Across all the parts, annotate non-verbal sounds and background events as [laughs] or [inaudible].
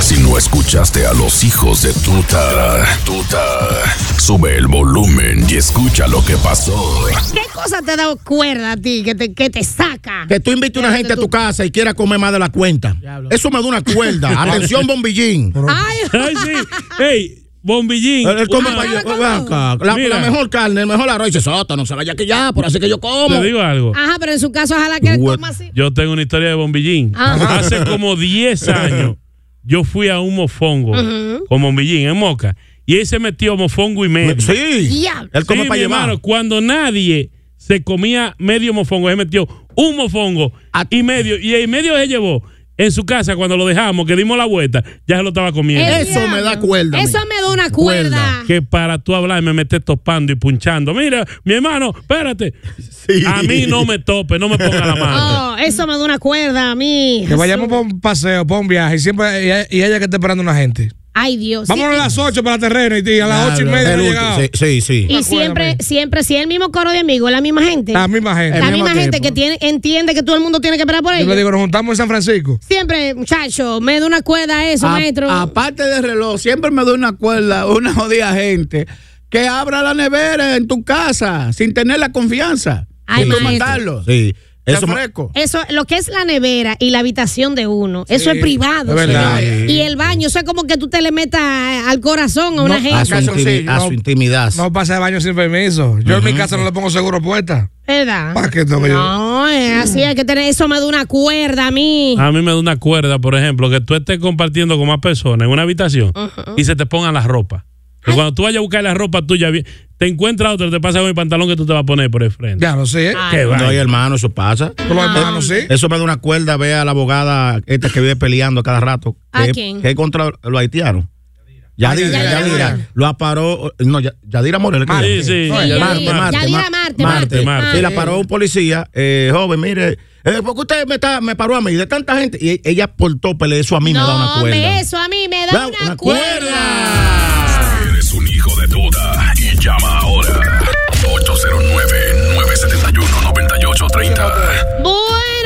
Si no escuchaste a los hijos de tuta, tuta, sube el volumen y escucha lo que pasó. ¿Qué cosa te ha dado cuerda a ti que te, que te saca? Que tú invites una gente a tu casa y quiera comer más de la cuenta. Eso me da [laughs] una cuerda. Atención, bombillín. Ay, Ay, sí. Ey, bombillín. Él- él come Ah, pa' allá. ¿cómo? Ven acá. La, Mira. la mejor carne, el mejor arroz. Y Dice, Soto, no se vaya aquí ya, por así que yo como. Te digo algo. ajá, pero en su caso, ojalá que él What? coma así. Yo tengo una historia de bombillín. Ajá. Hace como [laughs] 10 años yo fui a un mofongo con bombillín en Moca y él se metió mofongo y medio. Sí. Diablo. Él come Sí, para mi llevar. hermano, cuando nadie se comía medio mofongo, él metió un mofongo Ah. y medio. Y el medio él llevó en su casa cuando lo dejamos, que dimos la vuelta, ya se lo estaba comiendo. El Eso me da diablo. cuerda. Eso amigo. me da una cuerda. que para tú hablar me metes topando y punchando. Mira, mi hermano, espérate. Sí. A mí no me tope, no me ponga la mano. Oh, eso me da una cuerda a mí. Que vayamos para un paseo, para un viaje, y siempre y ella, y ella que está esperando una gente. Ay, Dios. Vámonos a Sí, las 8 para terreno y y a las 8 y media El no último, llegamos. sí, sí, sí. Y siempre, siempre, si es el mismo coro de amigos, es la misma gente. La misma gente. La Yo misma mismo gente tiempo. que tiene, entiende que todo el mundo tiene que esperar por le ellos. digo, nos juntamos en San Francisco. Siempre, muchacho, me da una cuerda eso, A- maestro. Aparte del reloj, siempre me doy una cuerda, una jodida gente que abra la nevera en tu casa sin tener la confianza. Ay, Sin tú maestro. Eh, mandarlo. Sí. Eso Está me- fresco. Eso, lo que es la nevera y la habitación de uno, eso es privado. es verdad. señores. Y el baño, eso es como que tú te le metas al corazón a una a su, gente. intimi- a su intimidad. No pasa de baño sin permiso. Yo en mi casa no le pongo seguro puesta. ¿Verdad? ¿Para qué tengo que yo? No, es así, hay que tener, eso me da una cuerda a mí. A mí me da una cuerda, por ejemplo, que tú estés compartiendo con más personas en una habitación y se te pongan las ropas. Que cuando tú vayas a buscar la ropa tuya, vi- te encuentras otra, te pasa con el pantalón que tú te vas a poner por el frente. Ya lo sé. Ay, Qué No, vaina. y hermano, eso pasa. Eh, Con los hermanos sí. Eso me da una cuerda, ve a la abogada esta que vive peleando a cada rato. ¿A que, quién? Que es contra los haitianos. Yadira, Yadira, Yadira, Yadira. Lo aparó. No, Ya- Yadira Morel. ¿qué Sí, es? sí. Oye, ya- Marte, Marte, Marte. Yadira, Yadira, Ma- Marte, Marte, Marte. Sí, la paró un policía. eh, joven, mire. eh, ¿Por qué usted me, está, me paró a mí? De tanta gente. Y ella por topele, eso a mí me da No, una hombre, cuerda. eso a mí me da, Da una, una cuerda. cuerda. Eres un hijo de duda y llama ahora. 809-971-9830.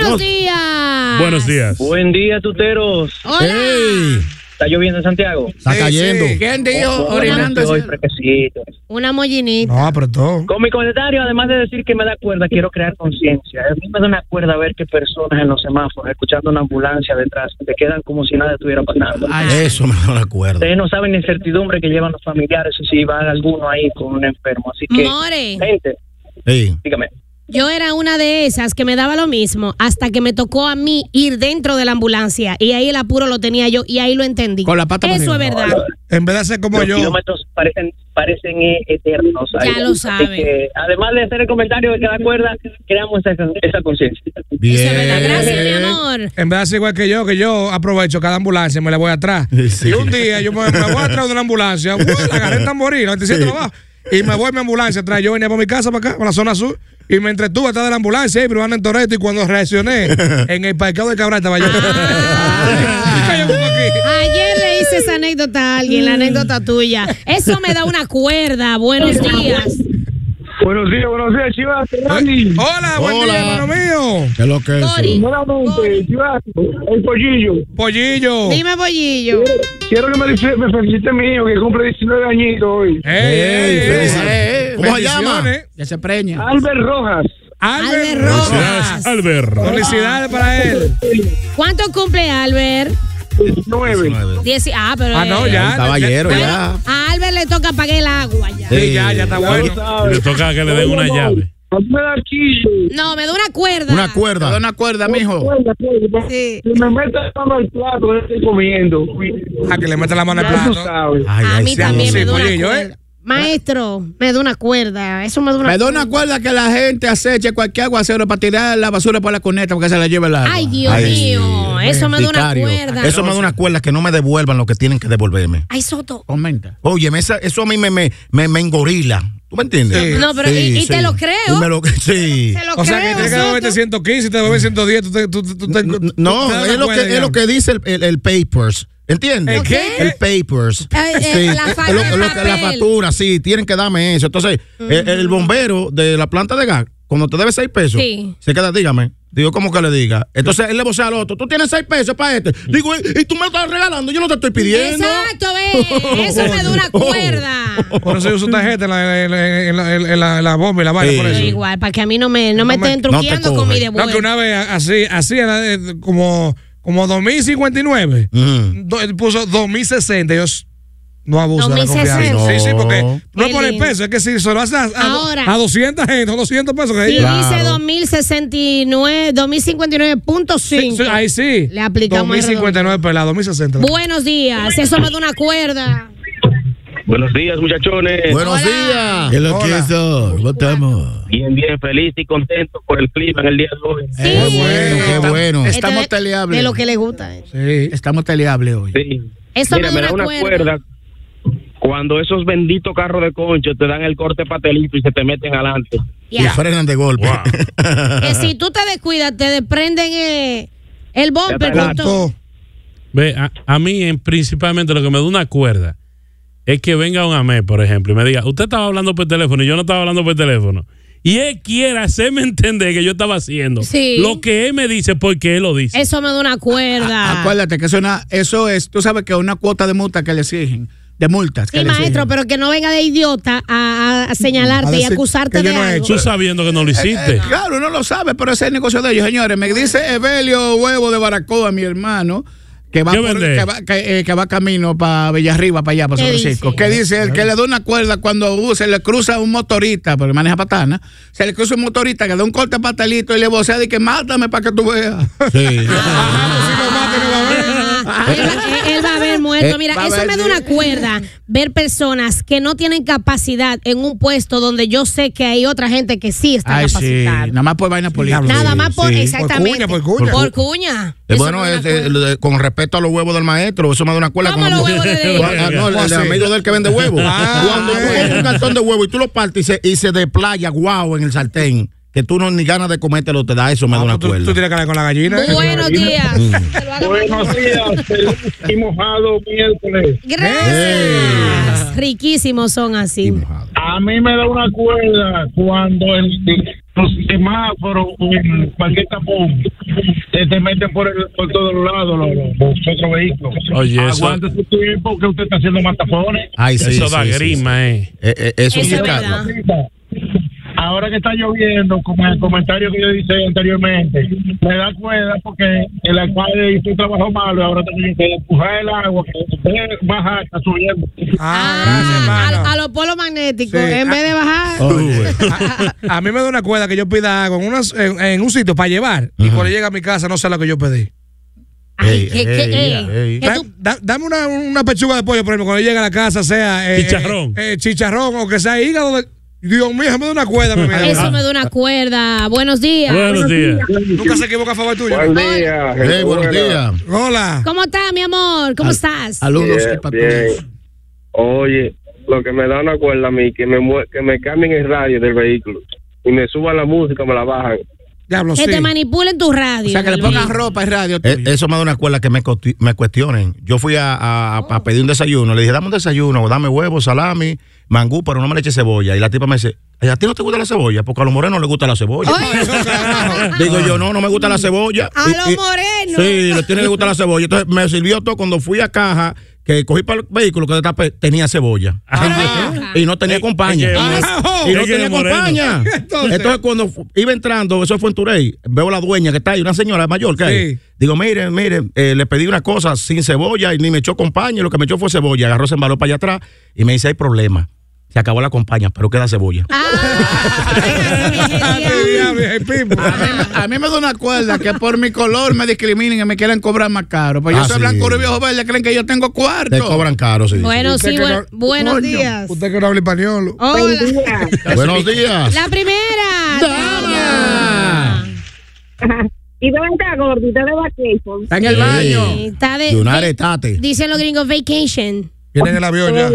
Buenos días. Buenos días. Buen día, tuteros. Hola. ¡Ey! ¿Está lloviendo en Santiago? Pues, Está cayendo. eh, ¿Quién dijo Orlando, orinando? Hoy ese- fresquecito. Una mollinita. No, apretó. Con mi comentario, además de decir que me da cuerda, quiero crear conciencia. A mí me da una cuerda ver que personas en los semáforos, escuchando una ambulancia detrás, se quedan como si nada estuviera pasando. Eso me da una cuerda. Eh, Ustedes no saben la incertidumbre que llevan los familiares o si van alguno ahí con un enfermo. Así que, More, gente, Sí. dígame. yo era una de esas que me daba lo mismo hasta que me tocó a mí ir dentro de la ambulancia y ahí el apuro lo tenía yo y ahí lo entendí. Con la pata para Eso es arriba. verdad. En vez de hacer como Los yo. kilómetros parecen, parecen eh, eternos. Ya ahí. lo Así saben. que, además de hacer el comentario de cada cuerda, creamos esa, esa conciencia. Eso Bien. es verdad. Gracias, mi amor. En vez de hacer igual que yo, que yo aprovecho cada ambulancia y me la voy atrás. Sí. Y un día yo me, me voy atrás de una ambulancia, ¡buah! la agarré en tamboril, 97 para abajo, y me voy a mi ambulancia atrás. Yo venía por mi casa para acá, para la zona sur, y me entretuve atrás de la ambulancia, y privando en Toreto, y cuando [laughs] reaccioné, en el parqueo de Cabral estaba yo. [laughs] Ah. Cayó como aquí. Ayer le hice esa anécdota a alguien, la anécdota tuya. Eso me da una cuerda. Buenos días. Buenos días, buenos días, Chivas. Eh, Hola, buen Hola. día, hermano mío. ¿Qué es lo que es? eso? Tori, Nuevamente, Chivas, el pollillo. Pollillo. dime pollillo. Quiero que me, dice- me felicite mi hijo que cumple 19 añitos hoy. Ey, Ey, ey, ey. felicidades. Eh, ¿Cómo se llama? Bendiciones. Eh. Ya se preña. Albert Rojas. Albert Albert Rojas. Rojas. Gracias, Albert. Ah, Felicidades para él. ¿Cuánto cumple Albert? 19. Dieci- ah, pero. Ah, no, ya. Un caballero, Bueno, ya. A Albert le toca pagar el agua ya. Sí, ya, ya está bueno. Le toca que le den una llave. Hazme de aquí. No, me da una cuerda. Una Te doy cuerda. una cuerda, mijo. Cuerda, cuerda. Sí. Si me meto la mano al plato, no estoy comiendo. A que le meta la mano al Ya tú plato. sabes. Ay, a ay, mí sí, también sí. me da una Polillo, cuerda. ¿eh? Maestro, me da una cuerda. Eso me da una Me doy una cuerda que la gente aceche cualquier aguacero para tirar la basura por la cuneta porque se la lleva el agua. Ay, Dios mío. Eso me da una Sicario. cuerda. Eso me da una cuerda que no me devuelvan lo que tienen que devolverme. Ay, Soto. Comenta. Oye, me- esa- eso a mí me, me, me, me engorila. ¿Tú me entiendes? Sí. No, pero y- y te lo creo. Y me lo- [laughs] sí. Se lo O sea, que creo, tienes que Soto. devolverte 115 y te devuelven 110. Tú, te- tú, tú, tú, te- tú- te Pues, No, das es lo, cuenta, que, es lo digamos. que dice el, el- el papers. ¿Entiendes? ¿El qué? El papers. Eh, eh, la Es falda lo- de es lo que- la papel. factura, sí, tienen que darme eso. Entonces, el, el bombero de la planta de gas, cuando te debe seis pesos, Sí. se queda, dígame. Digo, ¿cómo que le diga? Entonces él le vocea al otro, tú tienes seis pesos para este. Digo, ¿y y tú me lo estás regalando? Yo no te estoy pidiendo. Exacto, ve. Eso me [laughs] da una cuerda. Por eso yo uso tarjeta en la, en la- en la- en la- en la- en la bomba y la vaina. Sí. Por Pero eso. igual, para que a mí no me, no me No me- estén no te truqueando con mi cogen. devuelta. No, que una vez así, así era, eh, como, como 2059. Mm. do- él puso 2060. Yo s- no abuso de la 2060. confianza. Sí, sí, porque no Qué por el lindo. peso, es que si solo haces a, a- Ahora. a 200 gente, 200 pesos. que Si ahí- dice Claro. 2069, Sí, sí, 2059.5. ahí sí. Le aplicamos 2059 pelado, 2060. Buenos días. Eso me da una cuerda. Buenos días, muchachones. Buenos Eh, Hola. días. ¿Qué es lo que es eso? ¿Cómo estamos? Bien, bien, feliz y contento por el clima en el día de hoy. Sí. Qué bueno, qué bueno. Está- Estamos Este de- teleables. De lo que le gusta. eh. Sí. Estamos teleables hoy. Sí. Eso Mira, me me da da una cuerda. Cuando esos benditos carros de concho te dan el corte patelito y se te meten adelante. Y Ya. frenan de golpe. [laughs] Que si tú te descuidas, te desprenden eh, Te el bumper. adelanto. justo. Ve, a, a mí en- principalmente lo que me da una cuerda es que venga un AME, por ejemplo, y me diga, usted estaba hablando por teléfono y yo no estaba hablando por teléfono. Y él quiere hacerme [laughs] entender que yo estaba haciendo Sí. lo que él me dice porque él lo dice. Eso me da una cuerda. Acuérdate que eso, es una- eso es, tú sabes que es una cuota de multa que le exigen, de multas. que Sí, le maestro, exigen. pero que no venga de idiota a, a- a señalarte A y decir acusarte que yo de no he algo. Tú sabiendo que no lo hiciste. Eh, Eh, Claro, no lo sabe, pero ese es el negocio de ellos, señores. Me dice Evelio Huevo de Baracoa, mi hermano, que va, ¿Qué por- vende? que va, que, eh, que va camino para Villarriba, para allá, para San ¿Qué Francisco. dice? ¿Qué dice? El que le da una cuerda cuando uh, se le cruza un motorista, porque maneja patana, se le cruza un motorista que da un corte patalito y le vocea de que mátame para que tú [laughs] veas. [laughs] Sí. Ah, él, va- él- él va a haber muerto. Eh, Mira, va a eso haber- me da una cuerda. Ver personas que no tienen capacidad en un puesto donde yo sé que hay otra gente que sí está Ay, sí. capacitada. Nada más por vaina política. Nada más por exactamente. cuña, por cuña. Por cuña. Eh, Eso bueno, me da una este, cuerda. lo de- con respecto a los huevos del maestro, eso me da una cuerda. ¿Cómo los huevos de- [laughs] Ah, no, el, el Pues Sí. amigo del que vende huevos. Ah. Cuando tú coges un cartón de huevo y tú lo partes y se, y se desplaya guau en el sartén, que tú no ni ganas de comértelo, te da eso, me da una Ah, pues tú, cuerda. tú tienes cara con la gallina. Buenos días. Mm. Te lo hago Buenos días, feliz y mojado miércoles. Gracias. Riquísimos son así. A mí me da una cuerda cuando el, los semáforos en cualquier tapón se te meten por, el, por todos lados los, los otros vehículos. Oye, eso- Aguanta su tiempo que usted está haciendo más tapones. Ay, sí, eso sí, da sí, grima, eh. sí. Eh, eh, eso Eso sí es está- verdad. Ahora que está lloviendo, como el comentario que yo hice anteriormente, me da cuerda porque el alcalde hizo un trabajo malo y ahora también que empujar el agua, que usted baja, está subiendo. Ah, hermano. a, a los polos magnéticos. Sí. En vez de bajar. Sube. A, a- a mí me da una cuerda que yo pida agua en, unas- en- en un sitio para llevar y cuando llega a mi casa no sé lo que yo pedí. Ay, Ey, que- que- ey, eh, ey. que Da- tú- da- dame una, una pechuga de pollo, por ejemplo, cuando llega a la casa sea eh, Chicharrón. eh, chicharrón o que sea hígado. de- Dios mío, me da una cuerda. mi vida. Eso me da una cuerda. Buenos días. Buenos días. Nunca se equivoca a favor tuyo. día. Eh, buenos días. Hola. ¿Cómo estás, mi amor? ¿Cómo estás? Saludos Bien, y patrones. bien. Oye, lo que me da una cuerda a mí, que me, mue- que me cambien el radio del vehículo y me suban la música, me la bajan. Diablo, Que sí. te manipulen tu radio. O sea, que le Luis. pongan [laughs] ropa y radio. Eh, tuya. eso me da una cuerda que me, cuesti- me cuestionen. Yo fui a, a- a- Oh. a pedir un desayuno. Le dije, dame un desayuno, dame huevo, salami, mangú, pero no me le eche cebolla. Y la tipa me dice, "Ay, ¿a ti no te gusta la cebolla? Porque a los morenos les gusta la cebolla. [laughs] [laughs] Digo Ah. yo, no, no me gusta la cebolla. A Y- los y- morenos. Sí, le tiene que gustar la cebolla. Entonces me sirvió todo cuando fui a caja que cogí para el vehículo que destapé, tenía cebolla. Ah, y no tenía compañía. es que- Ah, y no es que tenía es moreno. compañía. Entonces- Entonces, cuando fu- iba entrando, eso fue en Turey, veo la dueña que está ahí, una señora mayor que hay. Sí. Digo, miren, miren, eh, le pedí una cosa sin cebolla y ni me echó compañía, y lo que me echó fue cebolla. Agarró, se embaló para allá atrás y me dice, hay problema. Se acabó la compañía, pero queda cebolla. Ah, te diablo, el pimbo. A mí, me- a mí me da una cuerda que por mi color me discriminen y me quieran cobrar más caro. Pues yo Ah, soy sí. blanco, rubio, joven, creen que yo tengo cuarto. Te cobran caro, sí. Bueno, Usted sí, que buen- no- buenos días. Usted que no habla español. Hola. Buenos días. La primera. Dama. Y debe estar gordo, y debe vacation. Está en el baño. Eh, Está de, De un de- aretate. dicen los gringos vacation. Viene en el avión ya.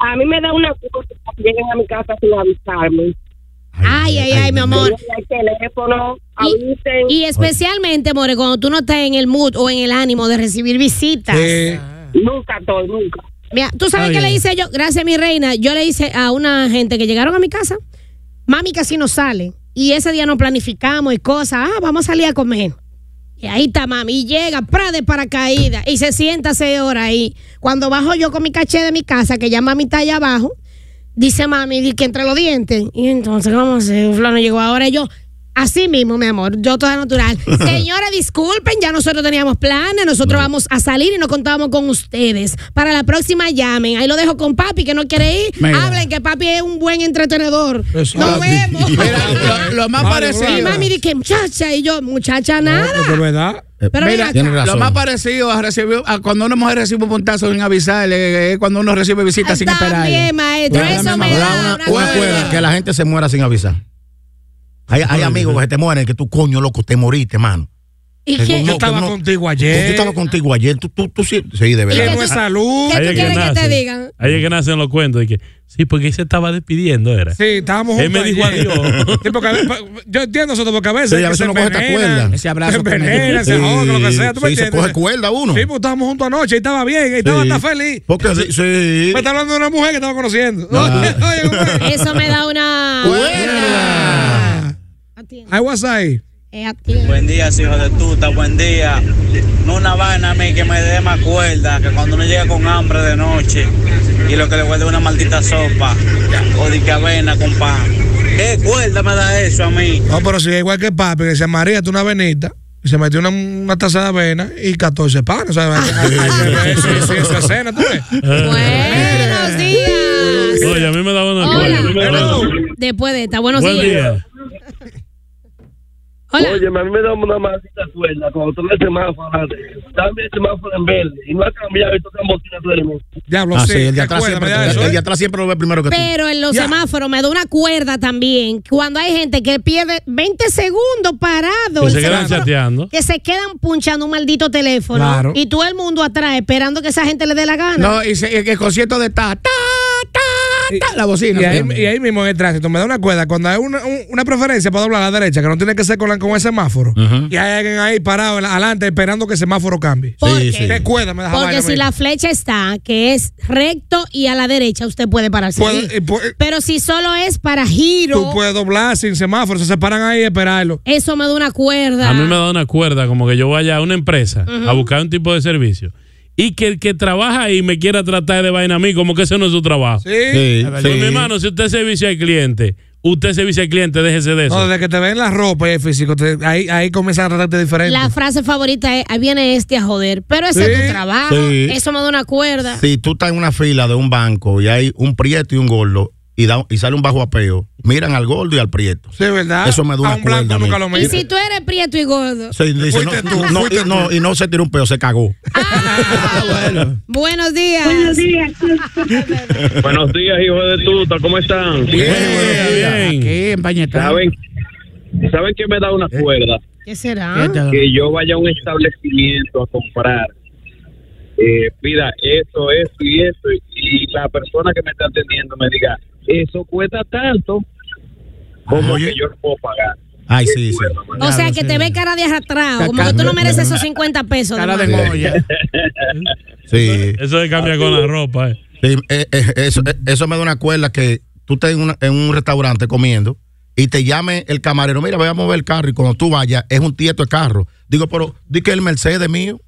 A mí me da una cosa que lleguen a mi casa sin avisarme. Ay, ay, ay, mi amor. Llegan al teléfono, avisen. Y especialmente, More, cuando tú no estás en el mood o en el ánimo de recibir visitas. Eh, Nunca, todo, nunca. Mira, tú sabes qué le hice yo, gracias mi reina, yo le hice a una gente que llegaron a mi casa, mami casi no sale, y ese día nos planificamos y cosas, ah, vamos a salir a comer. Y ahí está mami, y llega, pra de paracaídas, y se sienta seis horas ahí. Cuando bajo yo con mi caché de mi casa, que ya mami está allá abajo, dice mami, di que entre los dientes. Y entonces, ¿cómo se fulano llegó ahora? Y yo, así mismo, mi amor, yo toda natural. Señora, disculpen, ya nosotros teníamos planes, nosotros vamos a salir y no contábamos con ustedes. Para la próxima llamen. Ahí lo dejo con papi, que no quiere ir. Mira. Hablen que papi es un buen entretenedor. Eso Nos es así. vemos. Mira, lo, lo más Vale, y vale. parecido. mami dice, muchacha, y yo, muchacha, nada. de verdad. Eh, Pero Mira, mira, Tienes acá. Lo razón. más parecido a, recibir, a cuando una mujer recibe un puntazo sin avisarle, es cuando uno recibe visitas sin esperar. También, maestro, Bueno, eso me me da da una, una una cuerda que la gente se muera sin avisar. Hay, hay amigos que se te mueren que tú, coño, loco, te moriste, mano. ¿Y Que qué? uno- Yo estaba que uno- contigo Yo ayer. estaba contigo ayer, tú, tú, tú sí. Sí, de Que verdad. no es salud. ¿Qué Ahí tú es quieres que te nacen. digan? Ah, Ahí es que nacen los cuentos. de que, sí, porque él se estaba despidiendo, era. Sí, estábamos Él me juntos dijo ayer. adiós. [laughs] Sí, porque a veces- yo entiendo eso, porque a veces. Sí, a es que veces se uno coge esta envenenan, cuerda. Ese abrazo Se que me envenenan, se Sí, joden, lo que sea. ¿Tú me sí, se entiendes? coge cuerda uno. Sí, pues estábamos juntos anoche y estaba bien, y estaba Sí. hasta feliz. Porque sí. sí. Me está hablando de una mujer que estaba conociendo. Ah. [laughs] Oye, hombre. Eso me da una. ¡Cuerda! Atiende, Hay WhatsApp. eh, atiende. Buen día, hijo de tuta, buen día. No una vaina a mí que me dé más cuerda, que cuando uno llega con hambre de noche y lo que le vuelve una maldita sopa o de avena con pan. ¿Qué cuerda me da eso a mí? No, pero si es igual que papi, que se María, tú una venita. Y se metió una, una taza de avena y 14 panes. O sea, hay- Ah, hay- hay- sí, sí, eso es cena, tú ves. Buenos días. Oye, a mí me daba una Hola. cuerda. Después de esta, buenos Buen días. día. Hola. a mí me da una maldita cuerda cuando tú el semáforo antes. Dame el semáforo en verde y no ha cambiado y tocan bocina todo el mundo. Diablo, Ah, sí. sí, el de ¿te atrás acuerdas, siempre, verdad, eso, el de eh? atrás siempre lo ve primero que tú. Pero en los Ya. semáforos me da una cuerda también. Cuando hay gente que pierde 20 segundos parado. Que el se quedan semáforo, chateando. que se quedan punchando un maldito teléfono. Claro. Y todo el mundo atrás esperando que esa gente le dé la gana. No, y se- el, el concierto de ta, ta, ta, ta, la bocina. Y ahí, y ahí mismo en el tránsito me da una cuerda cuando hay una, un- una preferencia para doblar a la derecha que no tiene que ser con, la- con el semáforo y hay alguien ahí parado en la- adelante esperando que el semáforo cambie. Porque, sí. ¿Qué cuerda me da esa porque vaina, si amigo? la flecha está, que es recto y a la derecha, usted puede pararse. Puede- ahí. eh, puede- Pero si solo es para giro, Tú puedes doblar sin semáforo, se separan ahí y esperarlo. eso me da una cuerda. A mí me da una cuerda como que yo vaya a una empresa a buscar un tipo de servicio y que el que trabaja ahí me quiera tratar de vaina a mí como que ese no es su trabajo. Sí. Sí, Pues, mi hermano, si usted es servicio al cliente, usted es servicio al cliente, déjese de No, eso. desde que te ven la ropa y el físico, te- ahí, ahí comienzan a tratarte diferente. La frase favorita es, ahí viene este a joder, pero ese es tu Sí, trabajo, sí. eso me da una cuerda. Si tú estás en una fila de un banco y hay un prieto y un gordo y, da- y sale un bajo apeo, miran al gordo y al prieto. Sí, ¿verdad? Eso me da A una un blanco cuerda a mí. nunca lo Y mira. si tú eres prieto [laughs] y gordo. Sí, dice, no, Fuiste tú, no, fuiste y, no, y no se tiró un peo, se cagó. Ah, Buenos días. Buenos días, hijo de tuta, ¿cómo están? Bien. Aquí, en Pañetá. ¿Saben, ¿Saben que me da una cuerda? ¿Qué será? ¿Qué te- Que yo vaya a un establecimiento a comprar. Eh, pida eso, eso y eso. y- Y la persona que me está atendiendo me diga, eso cuesta tanto como Oye. que yo lo puedo pagar. Ay, Qué sí, sí. cuerda, man. O sea, Diablo, que sí. te ve cara de arrastrado, como que Saca- tú no mereces esos 50 pesos. de Cara de más. Goya. Sí. Eso se cambia con la ropa. eh. Sí, eh, eh, eso, eh, eso me da una cuerda que tú estés en, una- en un restaurante comiendo y te llame el camarero, mira, voy a mover el carro y cuando tú vayas es un tieto de carro. Digo, pero di que el Mercedes mío.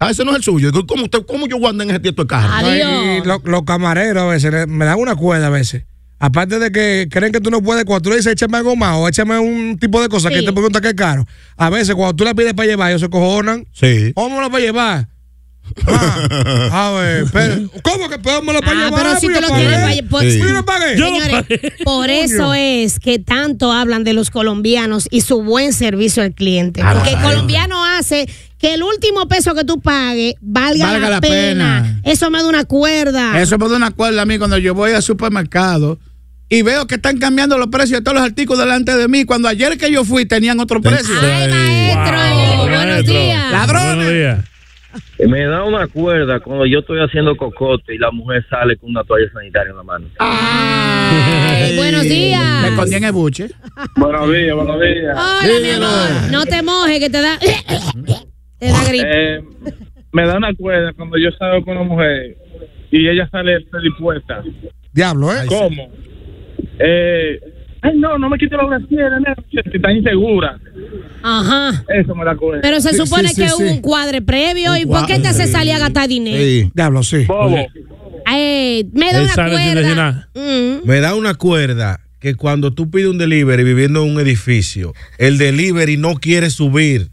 Ah, ese no es el suyo. Digo, ¿Cómo, usted, cómo yo ando en ese tieto de carro? Y Ah, lo- los camareros a veces le- me dan una cuerda a veces. Aparte de que creen que tú no puedes, cuando tú le dices échame goma o échame un tipo de cosa que Sí. te pregunta que es caro, a veces cuando tú le pides para llevar, ellos se cojonan. Sí. ¿Cómo me lo para llevar? Ah, a ver, pero, ¿cómo que podemos lo para Ah, llevar? pero si tú Pues lo yo quieres, pagué. vaya, por- Sí. Yo lo pagué. Señores, por eso Coño. es que tanto hablan de los colombianos y su buen servicio al cliente. Ah, Porque el bueno. colombiano hace que el último peso que tú pagues valga, Valga la, la pena. Eso me da una cuerda. Eso me da una cuerda a mí cuando yo voy al supermercado y veo que están cambiando los precios de todos los artículos delante de mí. Cuando ayer que yo fui tenían otro precio. eh, buenos días. Ladrones. Me da una cuerda cuando yo estoy haciendo cocote y la mujer sale con una toalla sanitaria en la mano. Ay, buenos días. Me escondí en el buche. Buenos días, buenos días. Hola, mi amor. No te mojes que te da. [coughs] te da gripe. Eh, me da una cuerda cuando yo salgo con una mujer y ella sale predispuesta. Diablo, ¿eh? ¿Cómo? Eh, ay, no, no me quite la brasiera, nena, que está insegura. Ajá. Eso me da cuerda. Pero se supone que hubo un un cuadre previo. ¿Y por qué te hace salir a gastar dinero? Diablo, sí. Ay, me da Él una sale sin decir cuerda. nada. Mm. Me da una cuerda que cuando tú pides un delivery viviendo en un edificio, el delivery no quiere subir.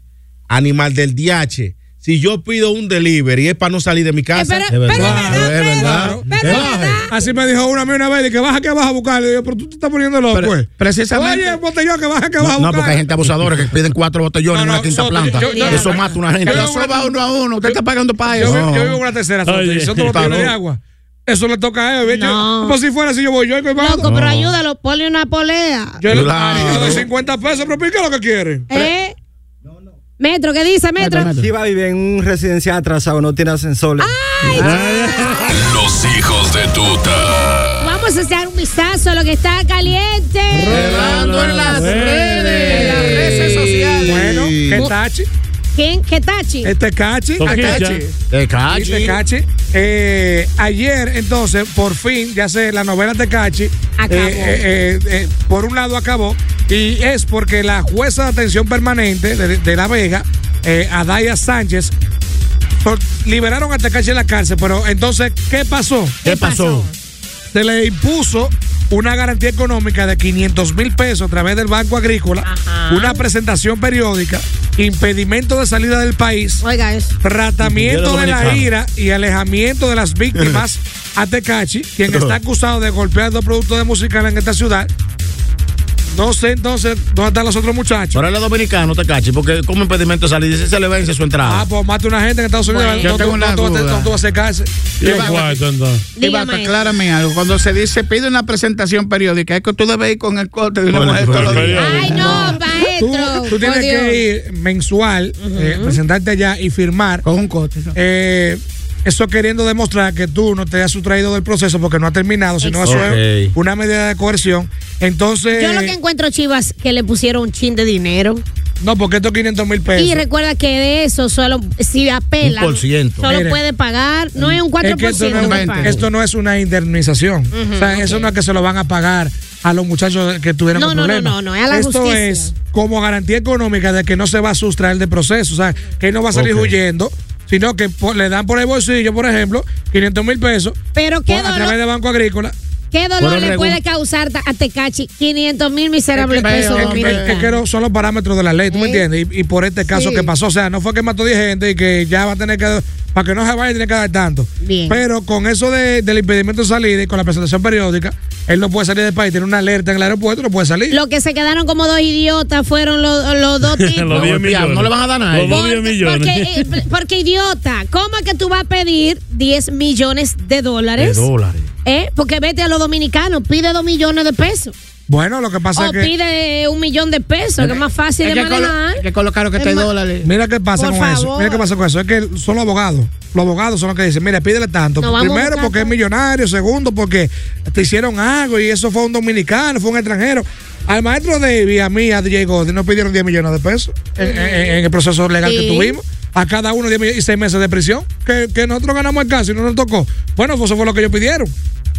Animal del DH. Si yo pido un delivery es para no salir de mi casa. Eh, pero- es pero verdad. es verdad. Que baje. Así me dijo una a mí una vez, de que baja que baja a buscar. Le digo, pero tú te estás poniendo loco, Pero- eh. Pues, precisamente- Oye, botellón que baja que baja a No, no, buscar. porque hay gente abusadora que piden cuatro botellones en una quinta no, planta. yo- yo- eso mata a una gente. yo- Eso yo- va uno a uno. Usted está pagando para Yo, eso. vivo- yo vivo en una tercera, Soto, Oye. y son [laughs] todos los Paró. tiros de agua. Eso le toca a él. No. Como si fuera así, yo voy yo. Loco, Loco, pero ayúdalo, ponle una polea. Yo le Claro. yo le doy 50 pesos, pero pica lo que quiere. ¿Eh? Metro, ¿qué dice Metro? Chiva vive en un residencial atrasado, no tiene ascensor. Los hijos de tuta. Vamos a hacer un vistazo a lo que está caliente. Rodando en las redes. En las redes sociales. Bueno, ¿qué tachi? ¿Quién? ¿Qué tachi? Este cachi. Toquicha. Sí, Tecachi. Eh, ayer, entonces, por fin, ya sé, la novela Tecachi, eh, Acabó. eh, eh, eh, por un lado acabó, y es porque la jueza de atención permanente de, de La Vega, eh, Adaya Sánchez, por- liberaron a Tecachi de la cárcel, pero entonces, ¿qué pasó? ¿Qué pasó? Se le impuso una garantía económica de 500 mil pesos a través del Banco Agrícola, una presentación periódica, impedimento de salida del país, Oiga eso. tratamiento Dinero de la ira dominicano. y alejamiento de las [laughs] víctimas a Tecachi, quien está acusado de golpear dos productos de música en esta ciudad. No sé entonces dónde están los otros muchachos. Pero él es dominicano, te cachi, porque como impedimento salir, dice, se le vence su entrada. Ah, pues mata una gente en Estados Unidos. Bueno. no, Yo tú- tengo una no tú vas a- duda. no tú vas a hacer cárcel. Y va- pues, Y va, aclárame algo. Cuando se dice pide una presentación periódica, es que tú debes ir con el corte de una Bueno, mujer todos los días. Ay, no, maestro. Tú tienes por Dios. que ir mensual, eh, presentarte allá y firmar. Con un coste. eso Eh, queriendo demostrar que tú no te has sustraído del proceso porque no ha terminado, sino eso es una medida de coerción. Entonces. Yo lo que encuentro, Chivas, que le pusieron un chin de dinero. No, porque estos 500 mil pesos. Y recuerda que de eso solo, si apela, Un por ciento. solo Mire. puede pagar, no es un 4%. Es que esto, no es, que una- paga. esto no es una indemnización. Ujú, o sea, eso ok. no es que se lo van a pagar a los muchachos que tuvieron No, un no, no, problema. no, no, es a la Esto justicia. es como garantía económica de que no se va a sustraer del proceso. O sea, que él no va a salir Ok. huyendo, sino que por- le dan por el bolsillo, por ejemplo, 500 mil pesos Pero por- qué a dolor. través de Banco Agrícola. ¿Qué dolor Bueno, le regu- puede causar a Tecachi 500 mil miserables pesos Es que- dominicanos? es que no son los parámetros de la ley, ¿tú me entiendes? Y, y por este caso Sí. que pasó, o sea, no fue que mató 10 gente y que ya va a tener que, para que no se vaya, tiene que dar tanto. Bien. Pero con eso de- del impedimento de salida y con la presentación periódica, él no puede salir del país, tiene una alerta en el aeropuerto, no puede salir. Los que se quedaron como dos idiotas fueron los, los dos tipos. Los 10 millones. No le van a dar nada. Los dos 10 millones. Porque, eh, porque, idiota, ¿cómo es que tú vas a pedir 10 millones de dólares? De dólares. ¿Eh? Porque vete a los dominicanos, pide 2 millones de pesos. Bueno, lo que pasa o es que. pide eh, un millón de pesos, que es más fácil Es de que colo- manejar. es que colocaron que Es está en más- dólares. Mira qué pasa Por con eso. favor. Mira qué pasa con eso. Es que son los abogados. Los abogados son los que dicen, mira, pídele tanto. Nos vamos a Primero buscar porque es millonario, segundo porque te hicieron algo y eso fue un dominicano, fue un extranjero. Al maestro David, a mí, a DJ Gordy, nos pidieron 10 millones de pesos en, en- en el proceso legal Sí. que tuvimos. A cada uno 10 millones y 6 meses de prisión. Que, que nosotros ganamos el caso y no nos tocó. Bueno, pues eso fue lo que ellos pidieron.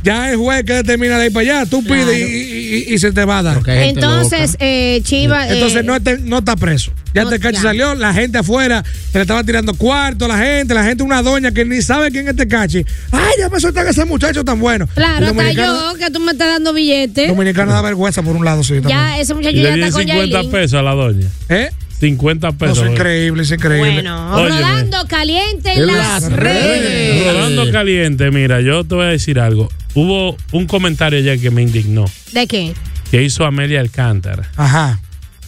Ya el juez que determina de ir para allá, tú pides Claro. y, y- y- y se te va a dar. Entonces, eh, Chiva. eh, Entonces no, te- no está preso. Ya No, te cacho ya. salió, la gente afuera se le estaba tirando cuarto a la gente, la gente una doña que ni sabe quién es este cachi. Ay, ya me sueltan a ese muchacho tan bueno. El Claro, hasta dominicano- yo, que tú me estás dando billetes. Dominicano da vergüenza por un lado, sí. Ya, ese muchacho Y ya le di está con 50 Yailin. pesos a la doña. ¿Eh? 50 pesos. es increíble, es increíble. Bueno, Óyeme. Rodando caliente en En las las redes. Rodando caliente, mira, yo te voy a decir algo. Hubo un comentario ayer que me indignó, ¿De qué? que hizo Amelia Alcántara. Ajá.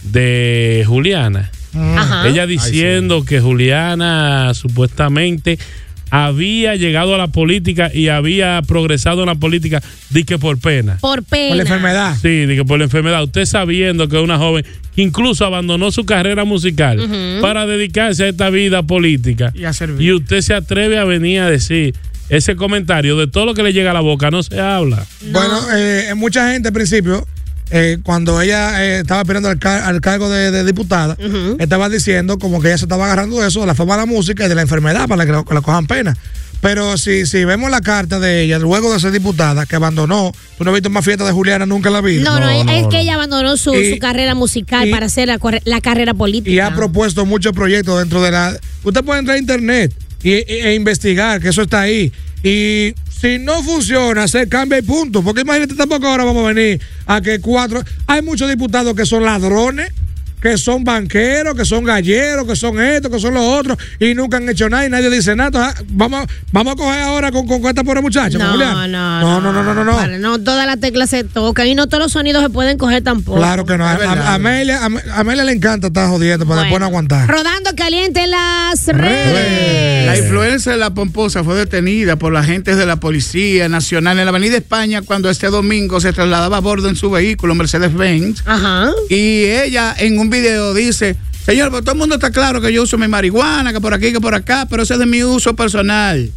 De Juliana. Ah, Ajá. Ella diciendo que Juliana supuestamente había llegado a la política y había progresado en la política, di que por pena. Por pena. Sí, di que por la enfermedad. Usted sabiendo que es una joven que incluso abandonó su carrera musical Ujú. para dedicarse a esta vida política. Y a servir. Y usted se atreve a venir a decir ese comentario de todo lo que le llega a la boca, no se habla. Bueno, eh, mucha gente al principio, eh, cuando ella eh, estaba aspirando al, car- al cargo de, de diputada, estaba diciendo como que ella se estaba agarrando de eso, de la fama de la música y de la enfermedad para que la, que la cojan pena. Pero si, si vemos la carta de ella, luego de ser diputada, que abandonó, tú no has visto más fiesta de Juliana nunca en la vida. No, no, es, es que ella abandonó su, Y- su carrera musical para hacer la, corre- la carrera política. y ha propuesto muchos proyectos dentro de la. Usted puede entrar a internet y, e, e investigar, que eso está ahí. Y si no funciona, se cambia y punto. Porque imagínate, tampoco ahora vamos a venir a que cuatro. Hay muchos diputados que son ladrones, que son banqueros, que son galleros, que son estos, que son los otros, y nunca han hecho nada y nadie dice nada. Entonces, ah, vamos, vamos a coger ahora con, con esta pobre muchacha, con No, Juliana. no, no, no, no, no, no. Para- no todas las teclas se tocan y no todos los sonidos se pueden coger tampoco. Claro que no. A, a- a Amelia, a a Amelia le encanta estar jodiendo para después no aguantar. Rodando caliente en las pues, redes. La influencia de la pomposa fue detenida por la agentes de la Policía Nacional en la Avenida España cuando este domingo se trasladaba a bordo en su vehículo Mercedes-Benz. Y ella en un video dice, señor, pero todo el mundo está claro que yo uso mi marihuana, que por aquí, que por acá, pero ese es de mi uso personal.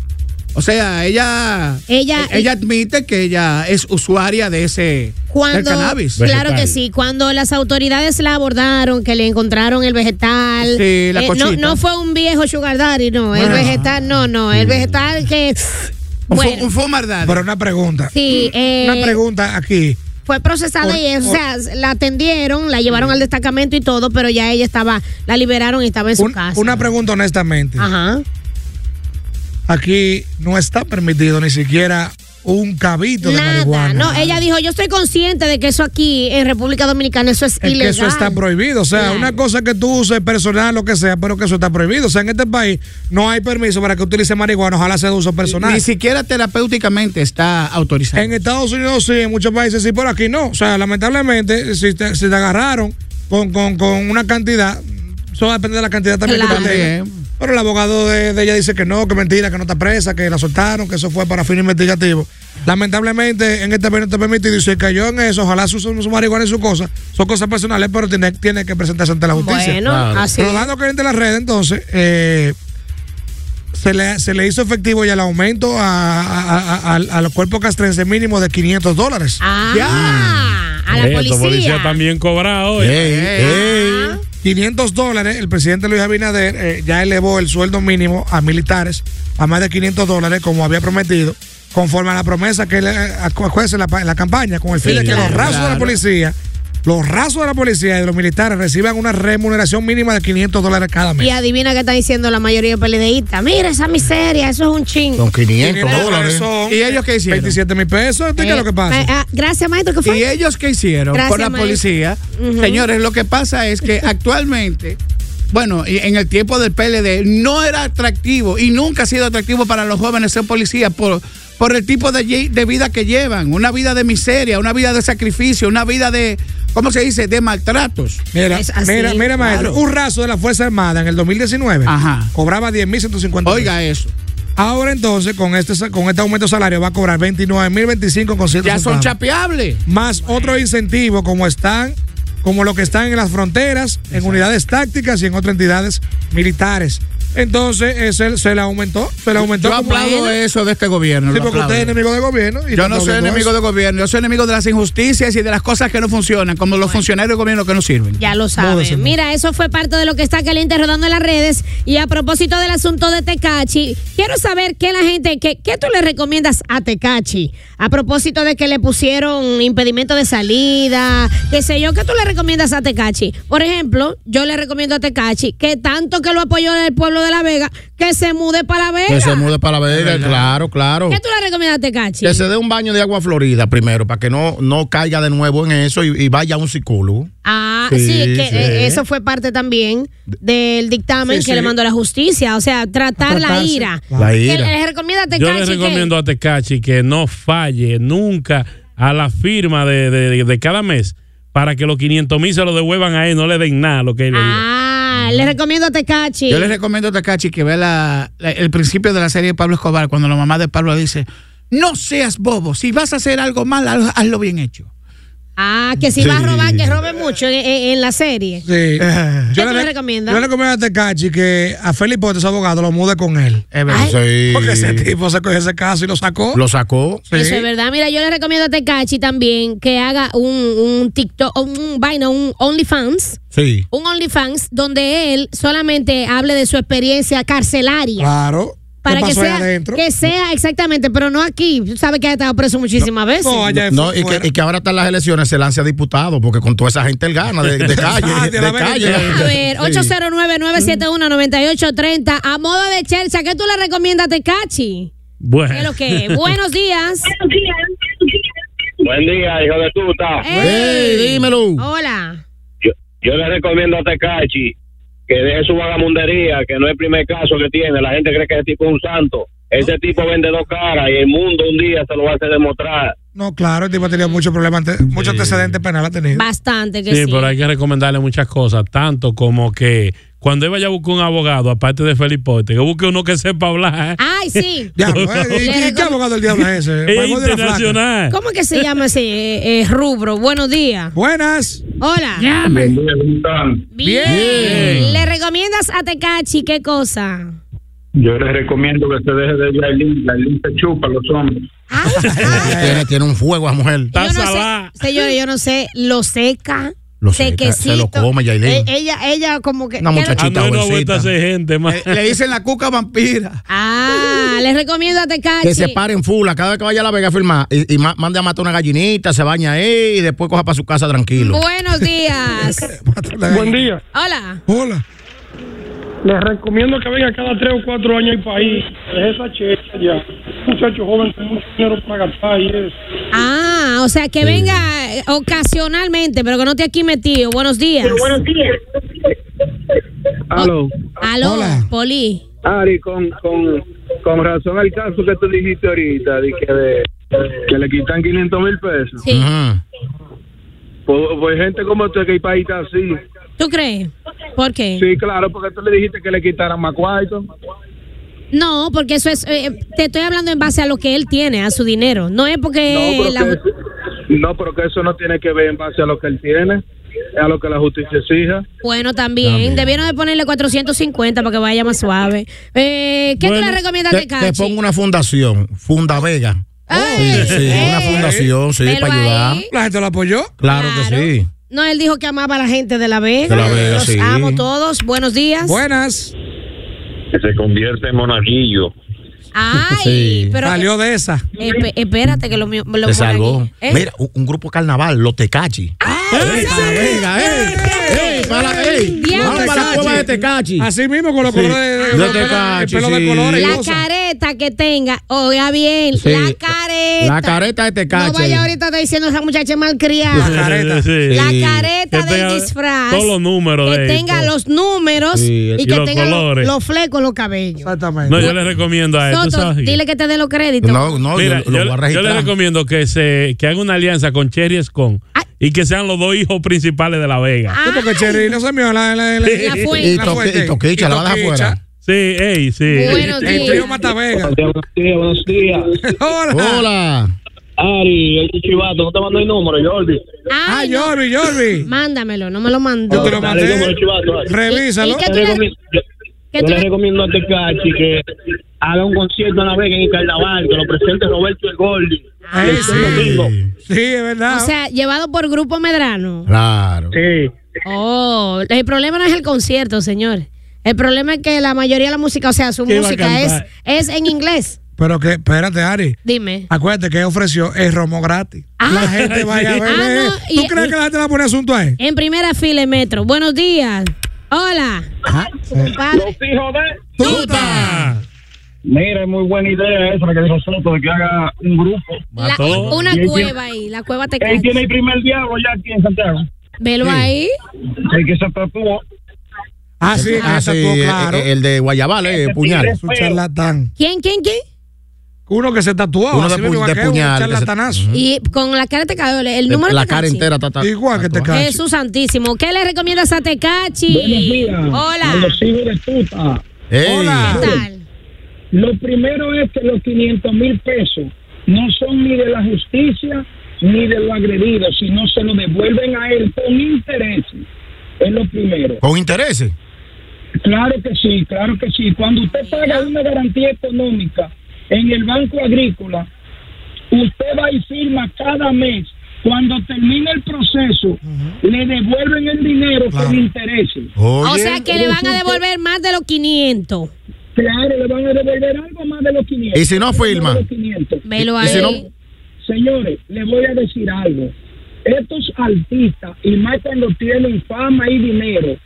O sea, ella Ella- e- admite que ella es usuaria de ese del Cuando, cannabis. claro que sí, cuando las autoridades la abordaron, que le encontraron el vegetal. eh, Sí, la no, cochita. no fue un viejo sugar daddy, no. El vegetal, no, no. El vegetal que. Bueno, Pero una pregunta. Sí, eh, una pregunta aquí. fue procesada Por- y, o por- sea, la atendieron, la llevaron al destacamento y todo, pero ya ella estaba, la liberaron y estaba en su casa. Una pregunta honestamente. Ajá. Aquí no está permitido ni siquiera un cabito de Nada, marihuana. no, ella dijo, yo estoy consciente de que eso aquí en República Dominicana, eso es, Es que ilegal. eso está prohibido. O sea, una cosa es que tú uses personal, lo que sea, pero que eso está prohibido. O sea, en este país no hay permiso para que utilice marihuana. Ojalá sea de uso personal. Ni siquiera terapéuticamente está autorizado. En Estados Unidos sí, en muchos países sí, pero aquí no. O sea, lamentablemente, si te, si te agarraron con, con- con una cantidad, eso depende de la cantidad también que tú Claro. tengas. Pero el abogado de, de ella dice que no, que mentira, que no está presa, que la soltaron, que eso fue para fin investigativo. Lamentablemente, en este país no está permitido y se cayó en eso. Ojalá su, su marihuana y su cosa. Son cosas personales, pero tiene, tiene que presentarse ante la justicia. Bueno, Claro. así es. Rolando Caliente en la red, entonces, eh, se le, se le hizo efectivo ya el aumento a, a, a- a- al- al cuerpo castrense mínimo de 500 dólares. Ah, a la Eh, estos policía. policías también cobrado. hoy. Ah. 500 dólares, el presidente Luis Abinader eh, ya elevó el sueldo mínimo a militares a más de 500 dólares, como había prometido, conforme a la promesa que él eh, acuérdese en la, pa- en la campaña, con el fin Sí, de que claro, los rasos de la claro. policía, los rasos de la policía y de los militares reciban una remuneración mínima de 500 dólares cada mes. Y adivina qué está diciendo la mayoría de peledeístas. Mira esa miseria, eso es un ching. ¿Y ellos qué hicieron? 27 mil pesos. ¿Usted qué es lo que pasa? Eh, ah, gracias, maestro. ¿Qué fue? ¿Y ellos qué hicieron Gracias, por la maestro. policía? Ujú. Señores, lo que pasa es [laughs] que actualmente, bueno, y en el tiempo del PLD, no era atractivo y nunca ha sido atractivo para los jóvenes ser policías por, por el tipo de, ye- de vida que llevan, una vida de miseria, una vida de sacrificio, una vida de, ¿cómo se dice?, de maltratos. Mira, mira, mira, maestro. Claro. Un raso de la Fuerza Armada en el 2019 cobraba 10.150 Oiga eso. Ahora entonces, con este, con este aumento de salario, va a cobrar 29.025 con Ya son chapeables. Más otros incentivos como están, como lo que están en las fronteras, en unidades tácticas y en otras entidades militares. Entonces eh, se, se le aumentó. Se le aumentó. Yo como- aplaudo eso de este gobierno. Sí, lo porque usted es aplaudo. enemigo del gobierno. y Yo está no soy aplaudiendo enemigo eso. del gobierno, yo soy enemigo de las injusticias y de las cosas que no funcionan, como los funcionarios del gobierno que no sirven. Ya lo Módese, saben. ¿no? Mira, eso fue parte de lo que está caliente rodando en las redes. Y a propósito del asunto de Tecachi, quiero saber qué la gente, qué, qué tú le recomiendas a Tecachi. A propósito de que le pusieron impedimento de salida, qué sé yo, ¿qué tú le recomiendas a Tecachi? Por ejemplo, yo le recomiendo a Tecachi que tanto que lo apoyó el pueblo de La Vega, que se mude para La Vega. Que se mude para la verga, claro, claro. ¿Qué tú le recomiendas a Tecachi? Que se dé un baño de agua florida primero, para que no, no caiga de nuevo en eso y, y vaya a un psicólogo. Ah, sí, Sí, es que sí. eh, eso fue parte también del dictamen Sí, que sí. le mandó la justicia, o sea, tratar la Tratarse. ira. La Que ira. les recomienda a Yo Tecachi le que- recomiendo a Tecachi que no falle nunca a la firma de, de- de cada mes para que los 500 mil se lo devuelvan a él, no le den nada lo que él le dio. Ah, le recomiendo a Tecachi. Yo les recomiendo a Takachi que vea la- la- el principio de la serie de Pablo Escobar, cuando la mamá de Pablo dice, no seas bobo, si vas a hacer algo mal, haz- hazlo bien hecho. Ah, que si Sí. va a robar, que robe mucho en, en- en la serie. Sí. ¿Qué tú le re- recomiendas? Eh, Yo le recomiendo a Tecachi que a Felipe, su abogado, lo mude con él. verdad. Ay. Sí. Porque ese tipo se cogió ese caso y lo sacó. Lo sacó. Eso es verdad. Mira, yo le recomiendo a Tecachi también que haga un, un TikTok, un vaina, un OnlyFans. Sí. Un OnlyFans donde él solamente hable de su experiencia carcelaria. Claro. Para ¿Qué que pasó ahí sea, adentro? que sea exactamente, pero no aquí. Tú sabes que ha estado preso muchísimas veces. No, y, que, y que ahora están las elecciones, se lanza diputado, porque con toda esa gente él gana de, [laughs] de calle. Ah, de la de verga. calle. A ver, Sí. 809-971-9830. A modo de chercha, ¿qué tú le recomiendas a Tecachi? ¿Qué es lo que es? Buenos días. Buenos Buen día, hijo de tuta. Oh. Hola. Yo, yo le recomiendo a Tecachi que deje su vagamundería, que no es el primer caso que tiene. La gente cree que ese tipo es un santo. Ese tipo vende dos caras y el mundo un día se lo va a hacer demostrar. No, claro, el tipo ha tenido muchos problemas, ante- muchos antecedentes penales ha tenido. Bastante Sí, pero hay que recomendarle muchas cosas, tanto como que cuando él vaya a buscar un abogado, aparte de Felipote, que busque uno que sepa hablar. Ay, sí. [laughs] pues, [laughs] Diablo, eh, ¿y- Le y qué recom- abogado del diablo es ese? [laughs] Es Mago Ah, de la Flaca. internacional. ¿Cómo que se llama ese eh, eh, rubro? Buenos días. Buenas. Hola. Bien. ¿Le recomiendas a Tecachi qué cosa? Yo les recomiendo que se deje de Yailin. Yailin se chupa a los hombres. Eh, tiene, tiene un fuego a mujer. Yo no sé, señores, yo no sé, lo seca. Lo seca, sequecito. se lo come, Yailin. Eh, ella, ella como que. Una ¿qué le- muchachita jovencita. Eh, Le, le dicen la cuca vampira. Ah, les recomiendo a Tecachi. Que se pare en fula cada vez que vaya a la Vega a firmar y, y ma- mande a matar una gallinita, se baña ahí y después coja para su casa tranquilo. [laughs] Buenos días. Buen día. Hola. pues, Hola. Les recomiendo que venga cada tres o cuatro años al país. Es esa checha ya. Muchachos jóvenes con mucho dinero para gastar y eso. Ah, o sea, que venga eh, ocasionalmente, pero que no esté aquí metido. Buenos días. buenos días. Aló. Aló, Poli. Ari, con, con, con razón al caso que tú dijiste ahorita, de que, de- que le quitan 500 mil pesos. Sí. Ah. Pues, pues gente como tú que el país está así. ¿Tú crees? ¿Por qué? Sí, claro, porque tú le dijiste que le quitaran más cuarto. No, porque eso es. eh, te estoy hablando en base a lo que él tiene, a su dinero. No es porque. No, pero, la- que, no, pero que eso no tiene que ver en base a lo que él tiene, a lo que la justicia exija. Bueno, también. Debieron de ponerle 450 para que vaya más suave. Eh, ¿Qué tú le recomiendas a te, te Tecachi? pongo una fundación, Funda Vega. Sí, sí, una fundación, sí, Velo para ayudar. Eh, ahí. La gente lo apoyó. Claro, que sí. No, él dijo que amaba a la gente de La Vega. De La Vega, Los sí. amo todos. Buenos días. Buenas. que se convierte en monaguillo. Ay, pero- Salió de esa. Espe- espérate que lo mío. lo Se pone aquí. salvó. ¿Eh? ah, Mira, un, un grupo carnaval, los Tecachi. ¡Ey, para Vega, ey! ¡Ey, para, ey! Vamos Diablo. para la cueva de Tecachi. Así mismo, con los Sí. colores. De el Tecachi, pelo sí. de colores. y La cosas. careta que tenga, oiga bien, Sí. la careta. La careta de Tecachi. No vaya ahorita está diciendo esa muchacha malcriada. La careta. Sí. La Sí. careta Que del tenga disfraz. todos los números Que de él, tenga todo. los números Sí, y, y que los tenga los- colores. los flecos, los cabellos. Exactamente. No, yo le recomiendo a él. ¿tú Soto, sabes qué? dile que te dé los créditos. Mira, yo, le- yo le recomiendo que se que haga una alianza con Cherry Escon y que sean los dos hijos principales de La Vega. Ah, Sí, porque Cherry no se me la, la, la, La fuente. Y Toqui- y Toquicha, la van a dejar fuera. Sí, ey, sí. Buenos El días. trío Matavega. Buenos días, buenos días. Hola. Hola. Ari, el chivato, no te mando el número, Jordi. Ay, ah, Jordi, Jordi. Mándamelo, no me lo mandó. Dale el número, chivato. Revísalo. ¿Y- y qué tú le- Yo, ¿Qué Yo tú le le- recomiendo a Tecachi que haga un concierto en la Vega en el carnaval, que lo presente Roberto El Gordi. Ah, Sí, es verdad. O sea, llevado por Grupo Medrano. Claro. Sí. Oh, el problema no es el concierto, señor. El problema es que la mayoría de la música, o sea, su ¿Qué va a música es, cantar? es en inglés. Pero que, espérate, Ari. Dime. Acuérdate que ofreció el romo gratis. la gente vaya a ver. Ah, no, ¿Tú y- crees que la gente va a poner asunto ahí? En primera fila de metro. Buenos días. Hola. Compadre. hijos de tuta. Mira, es muy buena idea esa que dijo Soto de que haga un grupo. La- una Y él cueva ahí. La cueva te tiene- Él tiene el cae. primer diablo ya aquí en Santiago. Velo Sí. ahí. El que se tatuó. Ah, sí, Ah, esa sí, estuvo eh, claro. eh, el de Guayabal, eh, Ese puñal. tigre es un charlatán. ¿Quién, quién, quién? Uno que se tatuó. Uno de así pu- mismo de que es puñal, que Un se- charlatanazo. Y con la cara te cae. El el De- número Eh, la Tecachi. cara entera está tatuada. Igual que Tecachi. Jesús Santísimo. ¿Qué le recomiendas a Buenos Tecachi? días. A Hola. Los hijos de puta. Ey. Hola. ¿Qué tal? Lo primero es que los 500 mil pesos no son ni de la justicia ni de los agredidos, sino se lo devuelven a él con intereses. Es lo primero. Con intereses. Claro que sí, claro que sí. Cuando usted paga una garantía económica en el Banco Agrícola, usted va y firma cada mes. Cuando termina el proceso, le devuelven el dinero con intereses. O sea que le van a devolver más de los 500. Claro, le van a devolver algo más de los 500. ¿Y si no firma? Más de los 500. Velo ahí. Señores, les voy a decir algo. Estos artistas, y más cuando tienen fama y dinero,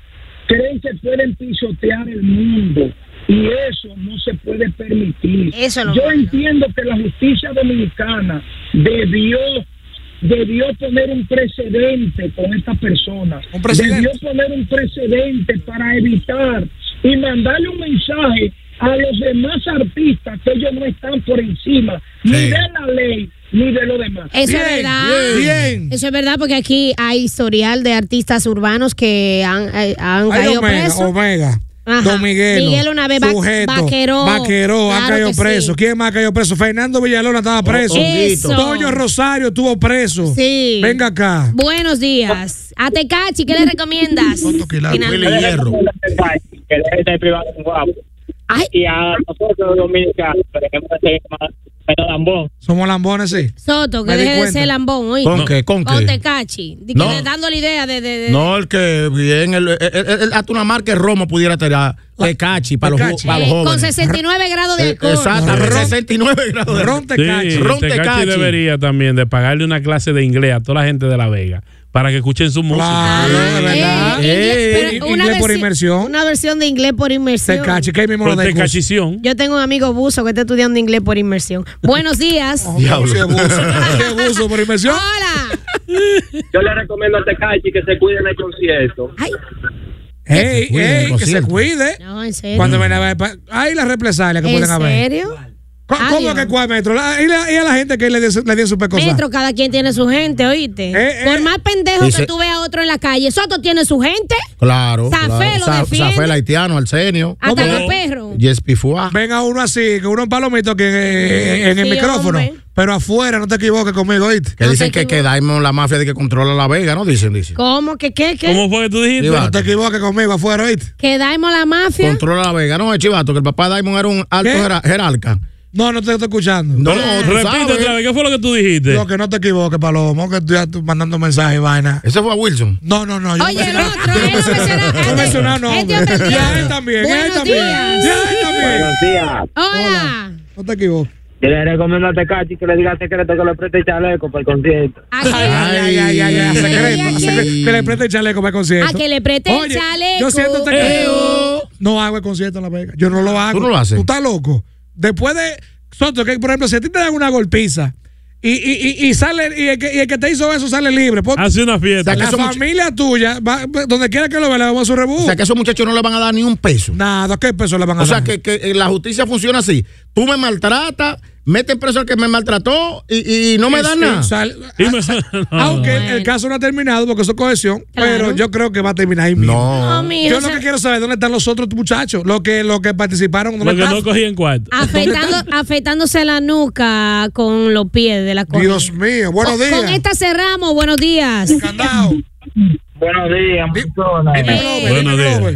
creen que pueden pisotear el mundo. Y eso no se puede permitir. Eso es lo Yo malo. entiendo que la justicia dominicana debió debió poner un precedente con esta persona. Un precedente. Debió poner un precedente para evitar y mandarle un mensaje a los demás artistas que ellos no están por encima ni de la ley ni de lo demás. Eso es verdad. Eso es verdad porque aquí hay historial de artistas urbanos que han, eh, Hay han caído Omega, presos. Omega. Ajá. Don Miguelo, Miguel una vez, Va- Sujeto, Vaqueró. Vaqueró, ha Claro caído que sí. Oh, preso. ¿Quién más ha caído preso? Fernando Villalona estaba preso. Honguito. Toño Rosario estuvo preso. Sí. Venga acá. Buenos días. A Tecachi, ¿qué le recomiendas? Willy Hierro. Este Que la gente de privado es guapo. Y a nosotros los dominicanos tenemos que ser más menos lambón. Somos lambones, sí. Soto, que Me di deje de cuenta. ser lambón hoy. ¿Con qué? ¿Con qué? Tecachi. Di- No. que le- Dando la idea de. de- de- No, el que bien, el, el- el- el- hasta una marca de romo pudiera tirar Ah, Tecachi para los, jo- Eh, para los con jóvenes. 69 grados de Eh, alcohol. Exactamente, 69 grados de Ron Sí, Ron Tecachi. Tecachi debería también de pagarle una clase de inglés a toda la gente de La Vega para que escuchen su música. Claro, Eh, es verdad. Inglés- Ah, eh, pero una Inglés por versi- inmersión. Una versión de inglés por inmersión. Tecachi, que ahí mismo lo Por de Tecachición. Yo tengo un amigo buzo que está estudiando inglés por inmersión. Buenos días. Diablo. Qué abuso, [laughs] qué abuso por inmersión. Hola. Yo le recomiendo a Tecachi que se cuide en el concierto. Ay, Ey, cuide del ey, que se concierto. cuide. Mm. no, en serio. Cuando ven a ver. pa- Ay, las represalias que ¿En pueden haber. serio? ¿Cómo, Ay, cómo Dios. que cuál metro? La- y, la- y a la gente que le dio, su- le dio su pecosa. Metro, cada quien tiene su gente, oíste. Eh, eh. Por más pendejo Dice- que tú veas a otro en la calle, Soto tiene su gente. Claro. Zafé claro. lo Za- defiende. Zafé el haitiano, Arsenio. Hasta ¿Cómo? los perros. Yes, Pifua. Venga uno así, que uno en palomito que eh, en el Sí, micrófono. hombre. Pero afuera, no te equivoques conmigo, ¿oíste? Que No dicen te que, que Diamond, la mafia de que controla la Vega, ¿no? Dicen, dicen. ¿Cómo? ¿Qué, qué, qué? ¿Cómo fue que tú dijiste? No te equivoques conmigo, afuera, ¿oíste? ¿Que daimos la mafia? Controla la Vega. No, es chivato, que el papá de Diamond era un alto ¿Qué? jera- jerarca. No, no te estoy escuchando. No, tú Repite sabes. otra vez, ¿qué fue lo que tú dijiste? No, que no te equivoques, Palomo, que tú ya estás mandando mensajes y vaina. Ese fue a Wilson. No, no, no. yo no Oye, el mencionaba- otro, él [laughs] no menciona- No este- mencionaba este nombre. hombre- Y a él también, y a él Buenos también. días. Y a él también. Buenos días. Hola. No te equivoques. Yo le recomiendo a Tecachi que le diga al secreto que le preste el chaleco para el concierto. Aquí. Ay, ay, ay, ay, secreto, ay, ay. secreto. Que le preste el chaleco para el concierto. A Ah, que le preste el Oye, chaleco. Yo siento este Eh, que no hago el concierto en La Vega. Yo no lo hago. ¿Tú no lo haces? Tú estás loco. Después de. Soto, que por ejemplo, si a ti te dan una golpiza y, y, y, y sale, y el, que, y el que te hizo eso sale libre. pon- Ah, Hace una fiesta. la Eso mucho- familia tuya, va- donde quiera que lo vea, le vamos a su rebú. O sea, que a esos muchachos no le van a dar ni un peso. Nada, ¿qué peso le van a O dar? sea, que, que, eh, la justicia funciona así. Tú me maltratas, mete preso al que me maltrató y, y no me Es- dan nada. es- sal- Y me- [laughs] Aunque el- el caso no ha terminado porque eso es cohesión, pero yo creo que va a terminar ahí mismo. No, No. mijo, Yo o lo sea, que quiero saber es dónde están los otros muchachos, los que, los que Lo participaron. que no ¿Dónde cogí en cuarto. [laughs] afeitando- afeitándose la nuca con los pies de la están? corona. Dios mío, buenos Con- Con días. esta cerramos. Buenos días. Candado. Buenos días, Montona. Buenos días. Eh,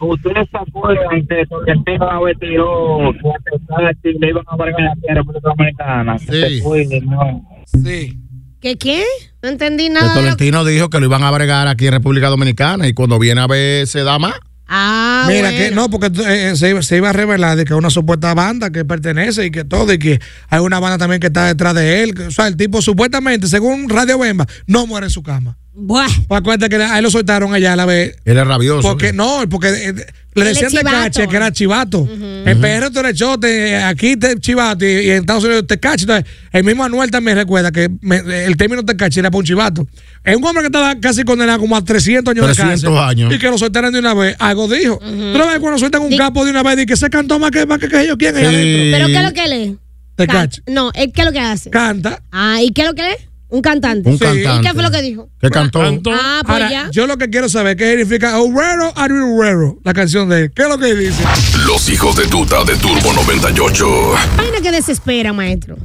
Ustedes se acuerdan de Sorrentino a Betiró, que a pesar de que le iban a embargar la tierra por Dominicana. Que se cuiden, ¿no? ¿Qué qué? No entendí El nada. de lo- Tolentino dijo que lo iban a bregar aquí en República Dominicana y cuando viene a ver se da más. Ah, Mira, bueno. que no, porque eh, eh, se, iba- se iba a revelar de que una supuesta banda que pertenece y que todo, y que hay una banda también que está detrás de él. que, O sea, el tipo supuestamente, según Radio Bemba, no muere en su cama. Pues acuérdate que a él lo soltaron allá a la vez. Él es rabioso. Porque no, porque eh, le Él es decían de chivato. cache que era chivato. En PR tú eres chote, aquí te chivato y, y en Estados Unidos te cache. Entonces, el mismo Anuel también recuerda que me- el término te cache era para un chivato. Es un hombre que estaba casi condenado como a 300 años de 300 cárcel. años. Y que lo soltaron de una vez. Algo dijo. Tú no ves cuando sueltan un capo de una vez y que se cantó más que, más que, que ellos quién allá adentro. ¿Pero qué es lo que lee? Te Can- cacho. No, ¿él ¿qué es lo que hace? Canta. Ah, ¿y qué es lo que lee? Un cantante. Un Sí. cantante. ¿Y qué fue lo que dijo? Que cantó. Ah, pues Ahora, ya. Yo lo que quiero saber qué significa Obrero Obrero, la canción de él. ¿Qué es lo que dice? Los hijos de tuta de Turbo 98. Vaina que desespera, maestro.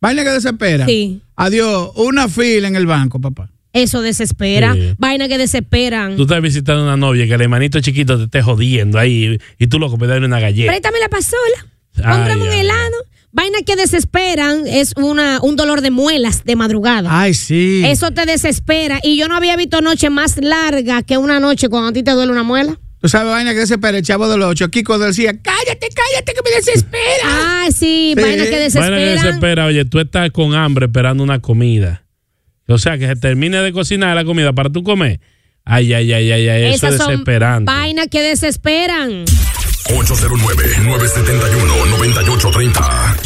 Vaina que desespera. Sí. Adiós. Una fila en el banco, papá. Eso desespera. Sí. Vaina que desesperan. Tú estás visitando a una novia que el hermanito chiquito te esté jodiendo ahí y tú loco, pedirle una galleta. Préstame la pasola. Ay, Cómprame un ay, helado. Vaina que desesperan es una, un dolor de muelas de madrugada. Ay, sí. Eso te desespera. Y yo no había visto noche más larga que una noche cuando a ti te duele una muela. Tú sabes, vaina que desespera. El chavo de los ocho. Kiko decía, cállate, cállate, que me desespera. Ah, sí, vaina que Vaina que desespera. desespera. Oye, tú estás con hambre esperando una comida. O sea, que se termine de cocinar la comida para tú comer. Ay, ay, ay, ay, ay, eso es son desesperante. Vaina que desesperan. 809-971-9830.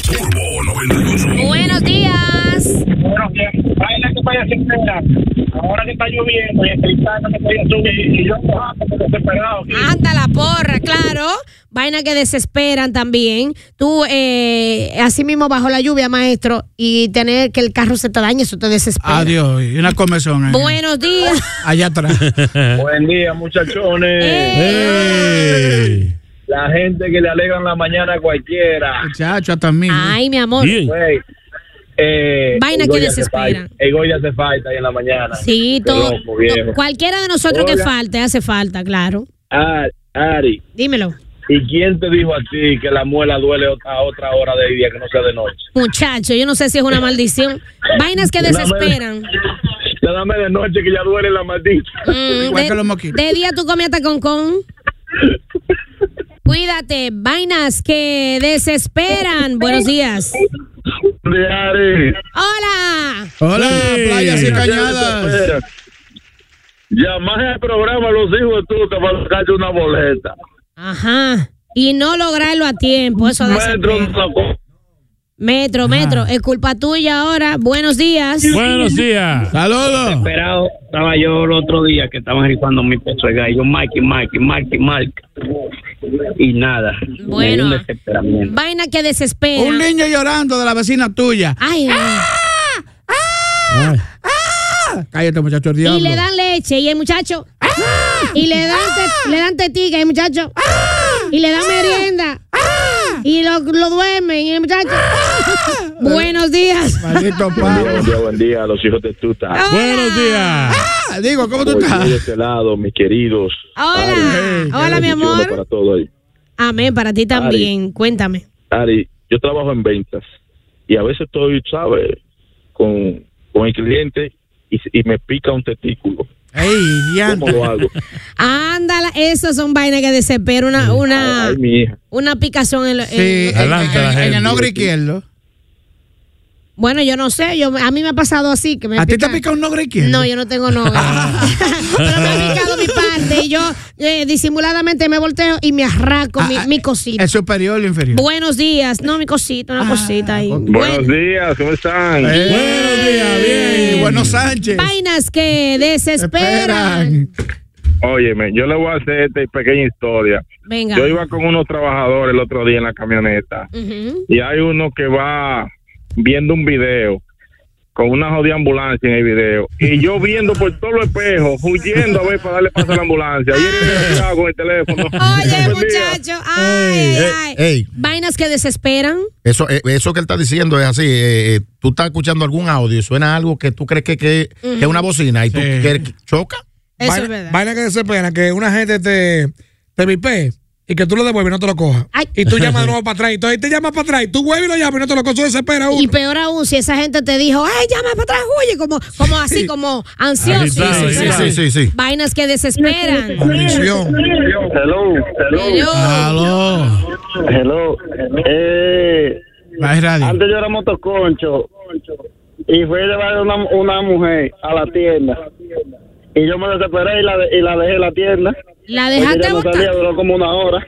Turbo 98. Buenos días. Bueno, que baila que vaya sin pena. Ahora que está lloviendo y el cristal no me podía subir. Y yo bajando porque desesperado. Ah. Anda la porra, claro. Vaina que desesperan también. Tú, eh, así mismo bajo la lluvia, maestro, y tener que el carro se te dañe, eso te desespera. Adiós. Y una comezón. eh. Buenos días. Allá [laughs] atrás. Buen día, muchachones. Eh, eh. La gente que le alegran la mañana a cualquiera. Muchacho, hasta mí. Ay, mi amor. Güey, eh, Vaina el que Goya hace desespera. falta- El Goya hace falta ahí en la mañana. Sí, Qué todo. loco, viejo. Cualquiera de nosotros que Hola. falte, hace falta, claro. Ari, Ah, Ari, Dímelo. ¿y quién te dijo a ti que la muela duele a otra hora del día que no sea de noche? Muchacho, yo no sé si es una maldición. Vainas que Dame- desesperan. Ya dame de noche que ya duele la maldita. Mm, de, de día tú comías hasta con con. Cuídate, vainas que desesperan. Buenos días. De Ari. Hola. Hola, playas y cañadas. Llamar al programa Los Hijos de Tuta para sacarte una boleta. Ajá. Y no lograrlo a tiempo, eso desespera. Metro, no, Metro, metro, es culpa tuya ahora. Buenos días. días. Saludos. Esperado, estaba yo el otro día que estaban rifando mi peso de gallo. Mike, Mike, Mike, Mike. Y nada. Bueno. Me dio un desesperamiento. Vaina que desespera. Un niño llorando de la vecina tuya. Ah, Ay, ay. Cállate, muchacho, el diablo. Y le dan leche y el muchacho. ¡Ah! Y le dan, te- le dan tetica y el muchacho. ¡Ah! Y le dan merienda. Y lo, lo duermen y el muchacho. ¡Ah! [laughs] Buenos días. Maldito Buen día, buen día, los hijos de Tuta. Buenos días. Ah, digo, ¿cómo tú Por estás? de este lado, mis queridos. Ah, Hola. Hola, mi Bendiciones amor. Para todo ahí. Amén, para ti también. Cuéntame. Ari, yo trabajo en ventas y a veces estoy, ¿sabes? Con, con el cliente y, y me pica un testículo. ¿Cómo lo hago? Ah. Ándala, esas son vainas que desesperan. Una, una, Ay, mi hija. una picazón en, lo- en Sí, los en, testículos. Eh, en- en el ogro izquierdo. Bueno, yo no sé, yo, a mí me ha pasado así. Que ¿A me ti te pica- pica un ogro izquierdo? No, yo no [laughs] tengo novia. Pero me ha picado mi parte y yo eh, disimuladamente me volteo y me arraco Ah, mi, mi cosita. El superior o el inferior. Buenos días. No, mi cosita, Ah, una cosita ahí. Buenos días, ¿cómo están? Buenos días, bien. Buenos Sánchez. Vainas que desesperan. Óyeme, yo le voy a hacer esta pequeña historia. Venga. Yo iba con unos trabajadores el otro día en la camioneta Ujú. y hay uno que va viendo un video con una jodida ambulancia en el video y yo viendo por todos los espejos huyendo a ver para darle paso a la ambulancia y él desgraciado con el teléfono [laughs] Oye, muchacho. Ay, ay, ay. Ey, Vainas que desesperan. eso, eh, eso que él está diciendo es así. eh, eh, tú estás escuchando algún audio y suena algo que tú crees que, que, que es una bocina y tú que- que choca. Eso vaina, es verdad. vaina que desespera que una gente te, te vipee y que tú lo devuelves y no te lo cojas. Ay. Y tú llamas de nuevo para atrás. Y tú ahí te llamas para atrás. Y tú vuelves y lo llamas y no te lo cojas. Eso desespera uno. Y peor aún, si esa gente te dijo, ay, llama para atrás, huye, como, como así, como ansioso. Agitado, desesperado. sí, sí, sí, sí. Vainas que desesperan. Maldición. Hello, hello. Ah. Aló. Hello. Eh, Antes yo era motoconcho y fui a llevar una, una mujer a la tienda. Y yo me desesperé y la, de- y la dejé en la tienda. La Porque dejaste ella no botar. salía, duró como una hora.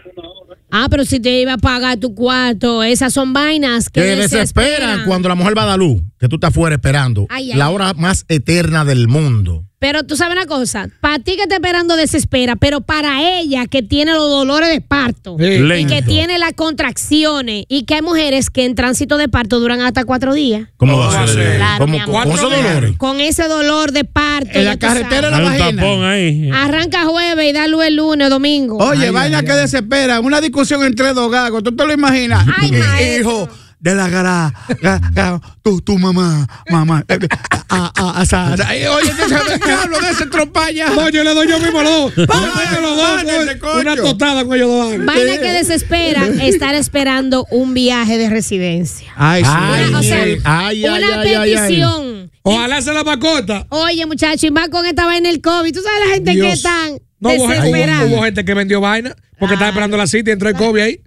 Ah, pero si te iba a pagar tu cuarto, esas son vainas que Que desesperan cuando la mujer va a dar luz, que tú estás fuera esperando, Ay, ay, la ay. hora más eterna del mundo. Pero tú sabes una cosa, para ti que está esperando desespera, pero para ella que tiene los dolores de parto, Sí. y Lento. que tiene las contracciones, y que hay mujeres que en tránsito de parto duran hasta cuatro días. ¿Cómo va a ser? Claro, mi ¿Cómo, amor. ¿Con esos dolores? Con ese dolor de parto. En la ya tú carretera sabes. la Hay un vagina. tapón ahí. Arranca jueves y da luz el lunes, domingo. Oh, Oye, vaina que desespera. Una discusión entre dos gagos. ¿Tú te lo imaginas? Ay, Hijo de la gara. ga- ga- tu, tu mamá. Mamá. eh, ah, ah, ah, ah, ah, ah. Eh, Oye, ¿tú sabes qué hablo de ese trompaña? No, yo le doy yo mismo a los dos. Yo tengo los dos, Párate, pues, Una coño. tostada con ellos dos. Vaina [laughs] que desespera estar esperando un viaje de residencia. Ay, sí. Una- o sea, una petición. Ojalá sea la macota. Oye, muchachos, y más con esta vaina el COVID. ¿Tú sabes la gente que Dios. están No, hubo gente, desesperada? hubo- hubo gente que vendió vaina porque estaba esperando la cita y entró el COVID ahí.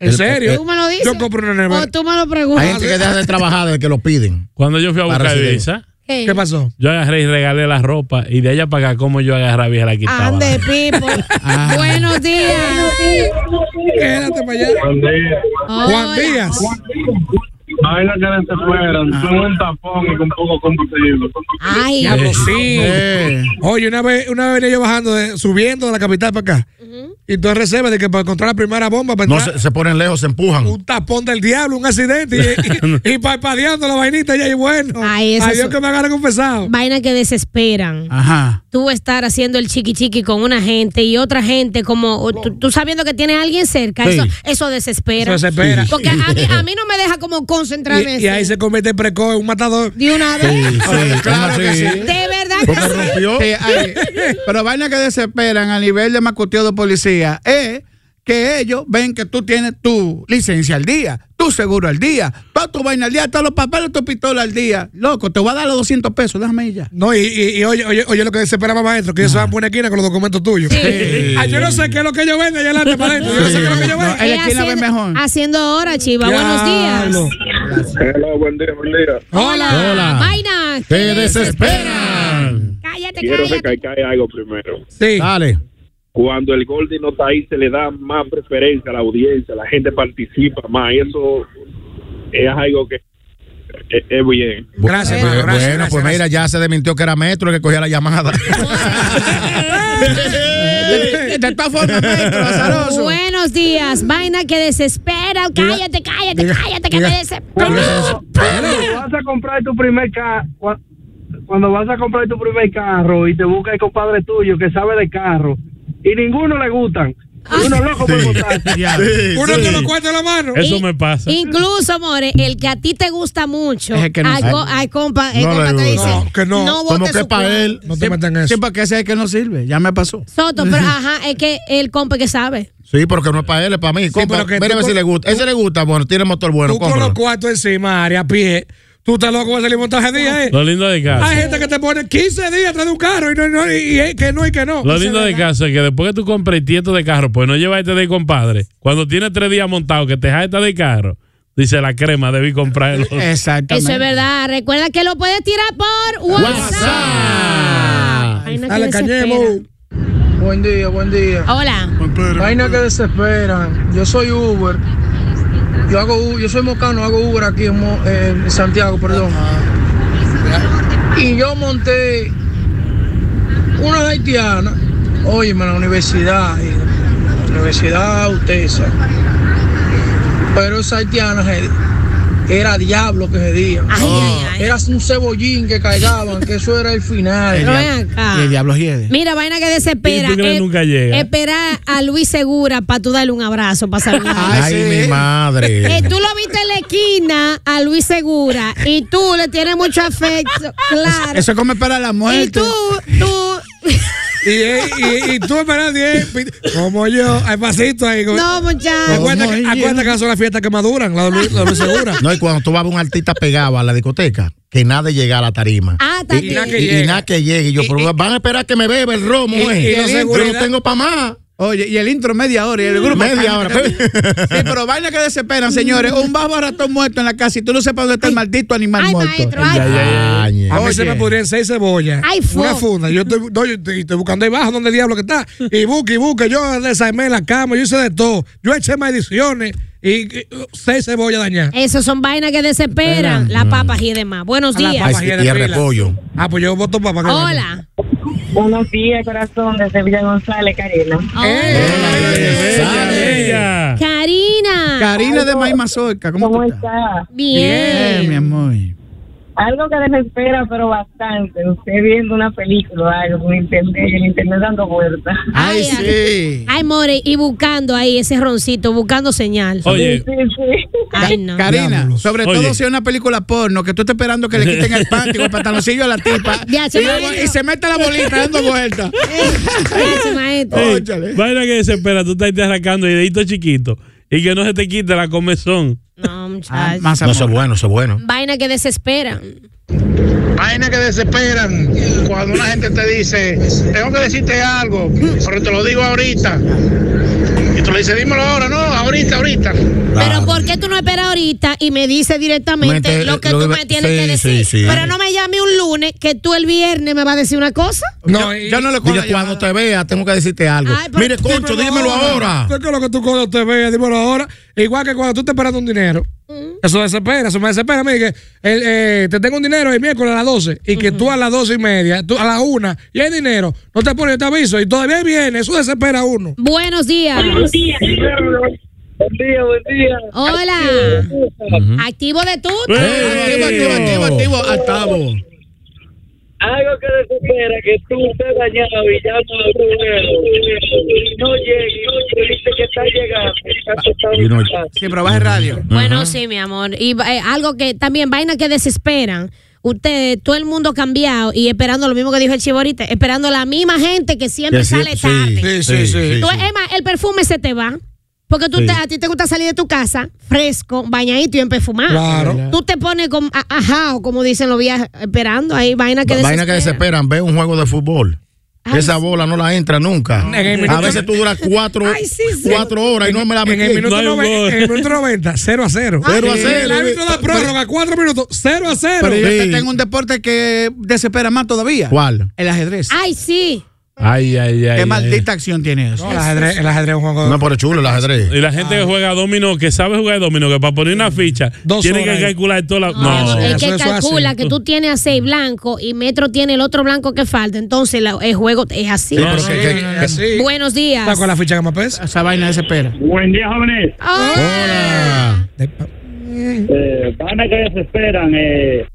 ¿En El- serio? Ah. Tú me lo dices. Yo compro una nevera. O tú me lo preguntas. Hay gente que deja de trabajar desde que lo piden. Cuando yo fui a Para buscar residencia. visa, Hey. ¿Qué pasó? yo agarré y regalé la ropa y de allá para acá, como yo agarré vieja la quitaba. Ah, Ande, Ah. Pipo. [laughs] Buenos días. Quédate para allá. Juan Díaz. Juan Díaz. Imagina que eran fueran, fue un tapón y con poco combustible. Ay, Diablo, pues sí. Eh. Oye, una vez, una vez venía yo bajando, de- subiendo de la capital para acá. Y tú en reserva de que para encontrar la primera bomba, para No entrar, se, se ponen lejos, se empujan. un tapón del diablo, un accidente y, y, y parpadeando la vainita. Y ahí, bueno, Ay, esas adiós son- que me agarre confesado. Vaina que desesperan. Ah. Ajá. Tú estar haciendo el chiqui chiqui con una gente y otra gente, como o tú, tú sabiendo que tienes a alguien cerca, Sí. eso, eso desespera. Eso desespera. Porque a mí, a mí no me deja como concentrarme. en Y, y ahí se convierte en precoz, en un matador. De una vez. claro que sí. De verdad que Sí, ay, pero vaina que desesperan a nivel de macuteo de policía es que ellos ven que tú tienes tu licencia al día, tu seguro al día, toda tu vaina al día, todos los papeles, tu pistola al día. Loco, te voy a dar los 200 pesos, déjame ir ya. No, y, y- y oye, oye, oye lo que desesperaba maestro, Ah. que ellos se van por una esquina con los documentos tuyos. [laughs] Sí. Ay, yo no sé qué es lo que yo vendo allá adelante para adentro. Yo no sé qué es lo que yo vendo. Eh, haciendo, haciendo hora, Chiva. Buenos días. Hola, buen día, buen día. Hola. Vaina. Te que desesperan. Cállate, Quiero cállate. recalcar algo primero. Sí. Dale. Cuando el Goldie no está ahí, se le da más preferencia a la audiencia, la gente participa más. Y eso es algo que es, es bien. Gracias, bueno, hermano, gracias, bueno, gracias, pues mira, ya se desmintió que era metro el que cogía la llamada. De, de esta forma, maestro, azaroso. Buenos días. Vaina que desespera. Cállate, cállate, cállate, que me desespera. Cuando vas a comprar tu primer carro, cuando vas a comprar tu primer carro y te busca el compadre tuyo que sabe de carro y ninguno le gustan, uno loco por montarse. Uno te lo cuenta en la mano. Eso me pasa. Incluso, more, el que a ti te gusta mucho, Es el que no ay, sabe. co- ay, compa, el No compa le te dice, gusta. no, No, que no. votes Como que su pa' cuerpo. él. No te metan en Sí, porque ese es el que no sirve, ya me pasó. Soto, [laughs] pero ajá, es que el compa que sabe. Sí, pero que no es para él, es para mí. Compra, pero que mira a tú ver si con- le gusta. Ese le gusta, bueno, tiene motor bueno, Tú con cómpralo. los cuartos encima, área, pie. Tú estás loco, vas a salir montaje de día, ¿eh? Lo lindo de casa. Hay gente que te pone 15 días atrás de un carro y, no, no, y, y- y que no y que no. Lo lindo de caso es que después que tú compres tieto de carro, pues no llevas este de compadre. Cuando tienes tres días montado que te dejas esta de carro, dice la crema, debí comprarlo. Eso es verdad. Recuerda que lo puedes tirar por WhatsApp. Vaina que desespera. Buen día, buen día. Hola. Vaina que desesperan. Yo soy Uber. Yo hago U- yo soy mocano, hago Uber aquí en, Mo- en Santiago, perdón. Y yo monté una haitiana. Óyeme, la universidad. y- Universidad Utesa. Pero esa haitiana je- era diablo que se día. Era un cebollín que cargaban, que eso era el final. Pero ven acá. Y el diablo hiede. Mira, vaina que desespera. ¿Y tú crees que nunca llega? Esperar a Luis Segura para tú darle un abrazo, para saludar. Ay, mi madre. Eh, tú lo viste en la esquina a Luis Segura y tú le tienes mucho afecto, claro. Eso es como para la y muerte. tú, tú, Y, y, y tú esperando, y él, como yo, hay pasito ahí. como- No, muchacho. Acuérdate que, acuérdate que son las fiestas que maduran, la Luis la Luis [laughs] Segura. No, y cuando tú vas a ver un artista pegado a la discoteca, que nadie llega a la tarima. Ah, y, también. y- y nada que llegue. Y, yo, pero van a esperar que me beba el romo, Y- eh. y la Yo seguridad- no tengo para más. Oye, y el intro media hora y el grupo. Media hora. Sí, pero vaina que desesperan, señores. Un bajo ratón muerto en la casa y tú no sepas dónde está el maldito animal muerto. ay. Ay, ay, ay. A mí Oye. se me pudrían seis cebollas. Ay, fu- una funda. Yo estoy, no, yo estoy- estoy buscando ahí abajo donde diablo que está. Y busque, y busque. Yo desarmé la cama, yo hice de todo. Yo eché maldiciones y y, uh, seis cebollas dañadas. Esas son vainas que desesperan. Las papas y demás. Buenos días. Ah, pues yo voto papá. Hola. Buenos días, corazón, desde Villa González, Karina. Eh. Karina. Karina de Maíz Mazorca, ¿cómo, tú estás? Bien. Bien, mi amor. Ah, Algo que desespera, pero bastante. Usted viendo una película o algo, por internet, el internet dando vueltas. [laughs] Ay, sí. Ay, More, y buscando ahí ese roncito, buscando señal. Oye. Sí, sí. Ay, no. Karina, sobre Oye. todo si es una película porno, que tú estás esperando que le quiten el panty o el pantaloncillo a la tipa. [laughs] Ya, se y, me luego- y se mete la bolita dando [laughs] vueltas. Gracias, maestro. Ey, vaina que desespera, tú estás arrancando y dedito chiquito y que no se te quite la comezón. No, muchachos. no, eso es bueno, eso es bueno. Vaina que desesperan. Vaina que desesperan cuando una gente te dice, tengo que decirte algo, pero te lo digo ahorita. Y tú le dices, dímelo ahora, no, ahorita, ahorita. Pero ¿por qué tú no esperas ahorita y me dices directamente Mente- lo que lo tú iba- me tienes sí, que sí, decir? sí. Pero no me llame un lunes que tú el viernes me vas a decir una cosa. No, yo, no le cuando, cuando te vea, tengo que decirte algo. Mire, Concho, dímelo ahora. ¿Qué es lo que tú cuando te veas? Dímelo ahora. Igual que cuando tú estás esperando un dinero. Mm. Eso desespera, eso me desespera. Mire, que el, eh, te tengo un dinero el miércoles a las 12 y que tú a las 12 y media, tú a las 1 y hay dinero, no te pones, yo te aviso y todavía viene. Eso desespera a uno. Buenos días. Buenos días. Buen día, buen día. Hola. Activo de tú. Eh. Activo, activo, activo, activo, altavo. Algo que desespera que tú estés dañado y llamas a tu y no llegues, y te dice que está llegando. está tocado en tu casa. Sí, pero baja el radio. Bueno, sí, mi amor. Y eh, algo que también, vaina que desesperan. Ustedes, todo el mundo cambiado y esperando lo mismo que dijo el chivo ahorita, esperando la misma gente que siempre Que sale siempre- sí, tarde. sí, sí, sí, Tú, sí. es más, el perfume se te va. Porque tú Sí. te- a ti te gusta salir de tu casa fresco, bañadito y empefumado. Claro. Tú te pones como a- ajao, como dicen los viajes, esperando ahí, vaina que Vaina que desespera. desesperan, ve un juego de fútbol. Ay, Esa bola no la entra nunca. En el minuto- A veces tú duras cuatro, Ay, sí, sí. cuatro horas y no me la En el metí. minuto, No hay un 90, gol. en el minuto 90, 0 a 0. Cero a cero. El árbitro da prórroga, 4 minutos, 0 a 0. Pero yo te tengo un deporte que desespera más todavía. ¿Cuál? El ajedrez. Ah, Ay, sí. Ay, ay, ay. Qué maldita acción tiene eso. No, el ajedrez- el ajedrez es un juego. No, pero chulo el ajedrez. Y la gente que juega dominó, que sabe jugar dominó, que para poner una ficha, tiene que horas ahí. calcular toda la. Mi No, Ah, amor, el que calcula que tú tienes a seis blancos y Metro tiene el otro blanco que falta, entonces la- el juego es así. Sí, pero que- que- que- así. Buenos días. Está con la ficha que más pesa. Esa vaina desespera. Buen día, jóvenes. Hola. Eh, van a que desesperan. eh,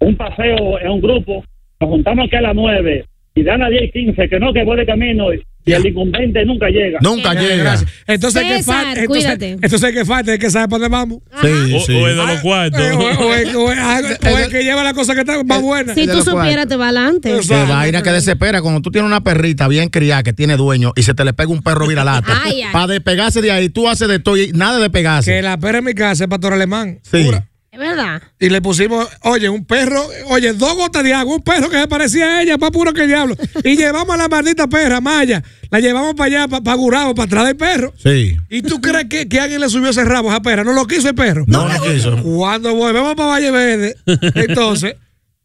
un paseo en un grupo. Nos juntamos aquí a las 9 y dan a 10 y 15, que no, que voy de camino. Y, y el incumbente nunca llega. Nunca llega. Gracias. Entonces, ¿qué César, falta? cuídate. Entonces, entonces, ¿qué falta? Es que sabe para dónde vamos. Sí, O- sí. o es de los cuartos. eh, O, o es- o es algo- o es que lleva la cosa que está más buena. Si tú supieras, te va adelante. Qué vaina que desespera cuando tú tienes una perrita bien criada que tiene dueño y se te le pega un perro viralata. Ay, ay. Para despegarse de ahí, tú haces de todo y nada de pegarse. Que la perra en mi casa es pastor alemán. Sí. Es verdad. Y le pusimos, oye, un perro, oye, dos gotas de agua, un perro que se parecía a ella, más puro que el diablo. Y llevamos a la maldita perra, Maya, la llevamos para allá, para Gurabo, para atrás del perro. Sí. ¿Y tú crees que, que alguien le subió ese rabo a esa perra? No lo quiso el perro. No lo quiso. Cuando volvemos para Valle Verde, entonces,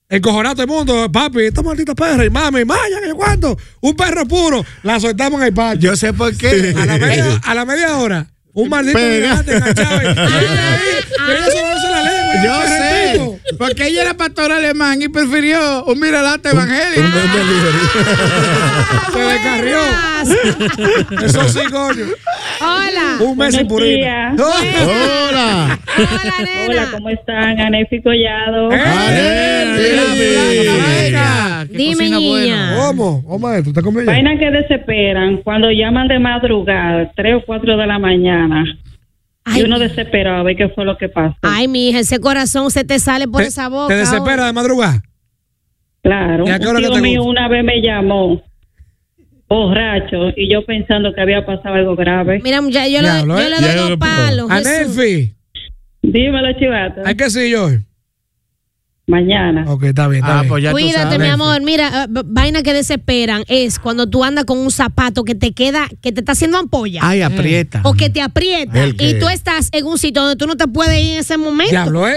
encojonado todo el mundo, papi, esta maldita perra, y mami, Maya, ¿qué cuánto? Un perro puro, la soltamos en el patio. Yo sé por qué. A la media, a la media hora. Un maldito gigante enganchado. [laughs] y- Ella se conoce la lengua. Yo ella se respeta. sé, porque ella era pastora alemán y prefirió un miralate evangélico. Se descarrió. Eso sí, coño. Hola. Un mes sin Buenos purina. días. Hola. Hola, ¿cómo están? Anefi Collado. ¿Eh? Dime, niña. ¿Cómo? ¿Cómo maestro? ¿Está conmigo? Vainas que desesperan cuando llaman de madrugada, 3 o 4 de la mañana. y uno desesperado a ver qué fue lo que pasó. Ay, mi hija, ese corazón se te sale por esa boca. ¿Te desespera de madrugada? Claro. ¿Y a qué Un hora que tío te mío gusta? una vez me llamó borracho y yo pensando que había pasado algo grave. Mira, muchacha, yo, le- Diablo, yo ¿eh? le doy Ya dos lo- palos. Jesús. Anelfi. Dímelo, chivata. ¿A qué sí, yo? Mañana. Ok, está bien. Ah, Ah, Está bien. pues pues Cuídate, mi amor. Mira, eh, va- vaina que desesperan es cuando tú andas con un zapato que te queda, que te está haciendo ampolla. Ay, aprieta. O que te aprieta. El Y que- tú estás en un sitio donde tú no te puedes ir en ese momento. Diablo, ¿eh?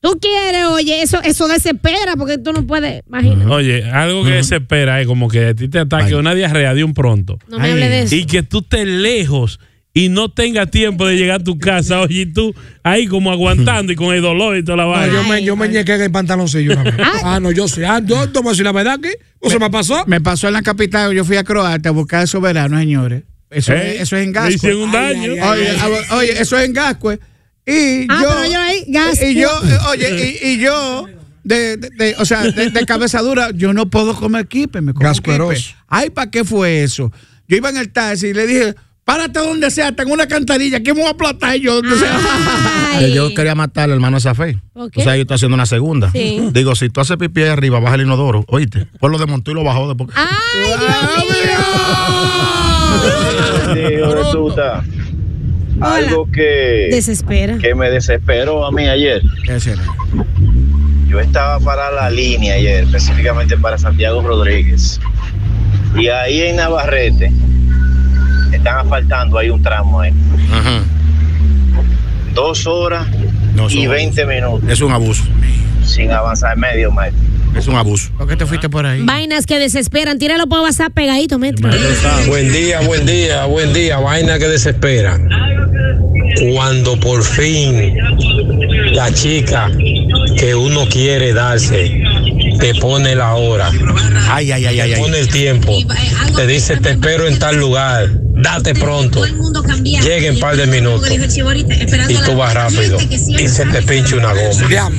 Tú quieres, oye, eso, eso desespera porque tú no puedes. Imagínate. Oye, algo que desespera es como que a ti te ataque una diarrea de un pronto. No me hable de eso. Y que tú estés lejos y no tengas tiempo de llegar a tu casa. Oye, y tú ahí como aguantando y con el dolor y toda la vaina. yo me, yo me ñequé en el pantaloncillo una vez. Ah, no, yo sí. Ah, yo te voy a decir la verdad que eso me pasó. Me pasó en la capital, yo fui a Croacia a buscar el soberano, señores. Eso, ¿Eh? es, eso es en Le Gascue. hicieron un daño. Oye, a- oye, eso es en Gascue. Y Ah, yo, pero yo ahí, Gascue. y yo, eh, oye, y, y yo, de, de- de- o sea, de, de cabeza dura, yo no puedo comer kipe, me como Gascueroso. quipe. Ay, ¿para qué fue eso? Yo iba en el taxi y le dije, párate donde sea, tengo una cantarilla, que me voy a aplastar yo. donde sea". Ah, Que yo quería matar al hermano de Safé. ¿Por qué? O sea, yo estoy haciendo una segunda. Sí. Digo, si tú haces pipí ahí arriba, baja el inodoro. Oíste, pues lo desmontó y lo bajó después. Dios, Tuta. Algo que, Desespera. que me desesperó a mí ayer. Yo estaba para la línea ayer, específicamente para Santiago Rodríguez. Y ahí en Navarrete están asfaltando ahí un tramo ahí. Dos horas No, eso y es un veinte minutos. Es un abuso. Sin avanzar medio metro. Es un abuso. ¿Por qué te fuiste por ahí? Vainas que desesperan. Tíralo por WhatsApp pegadito, metro. Buen día, buen día, buen día, vaina que desespera. Cuando por fin la chica que uno quiere darse te pone la hora, te pone el tiempo, te dice te espero en tal lugar, date pronto, llega en par de minutos y tú vas rápido y se te pincha una goma.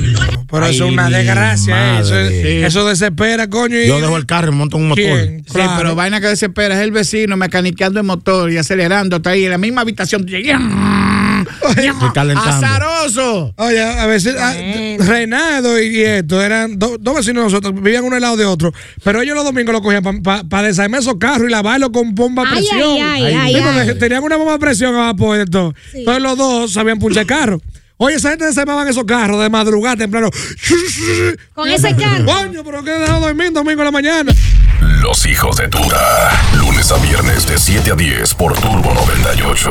Pero eso es una Ay, mi desgracia. eh. Eso, es- madre. eso desespera, coño. y- Yo dejo el carro y monto en un motor. ¿Quién? Sí, pero vaina que desespera es el vecino mecaniqueando el motor y acelerando hasta ahí en la misma habitación. ¡Azaroso! Oye, a veces a- Reinaldo y y esto eran do- dos vecinos de nosotros, vivían uno al lado de otro, pero ellos los domingos lo cogían para desarmar esos carros y lavarlos con bomba a Ay, presión. ay, ay, ay, Sí, porque ay. Tenían una bomba a presión abajo de esto. Entonces los dos sabían punchar carros. Oye, esa gente desarmaban esos carros de madrugada temprano. Con ese carro. Coño, pero qué dejado dormir domingo en la mañana. Los hijos de Tuta. Lunes a viernes de 7 a 10 por Turbo 98.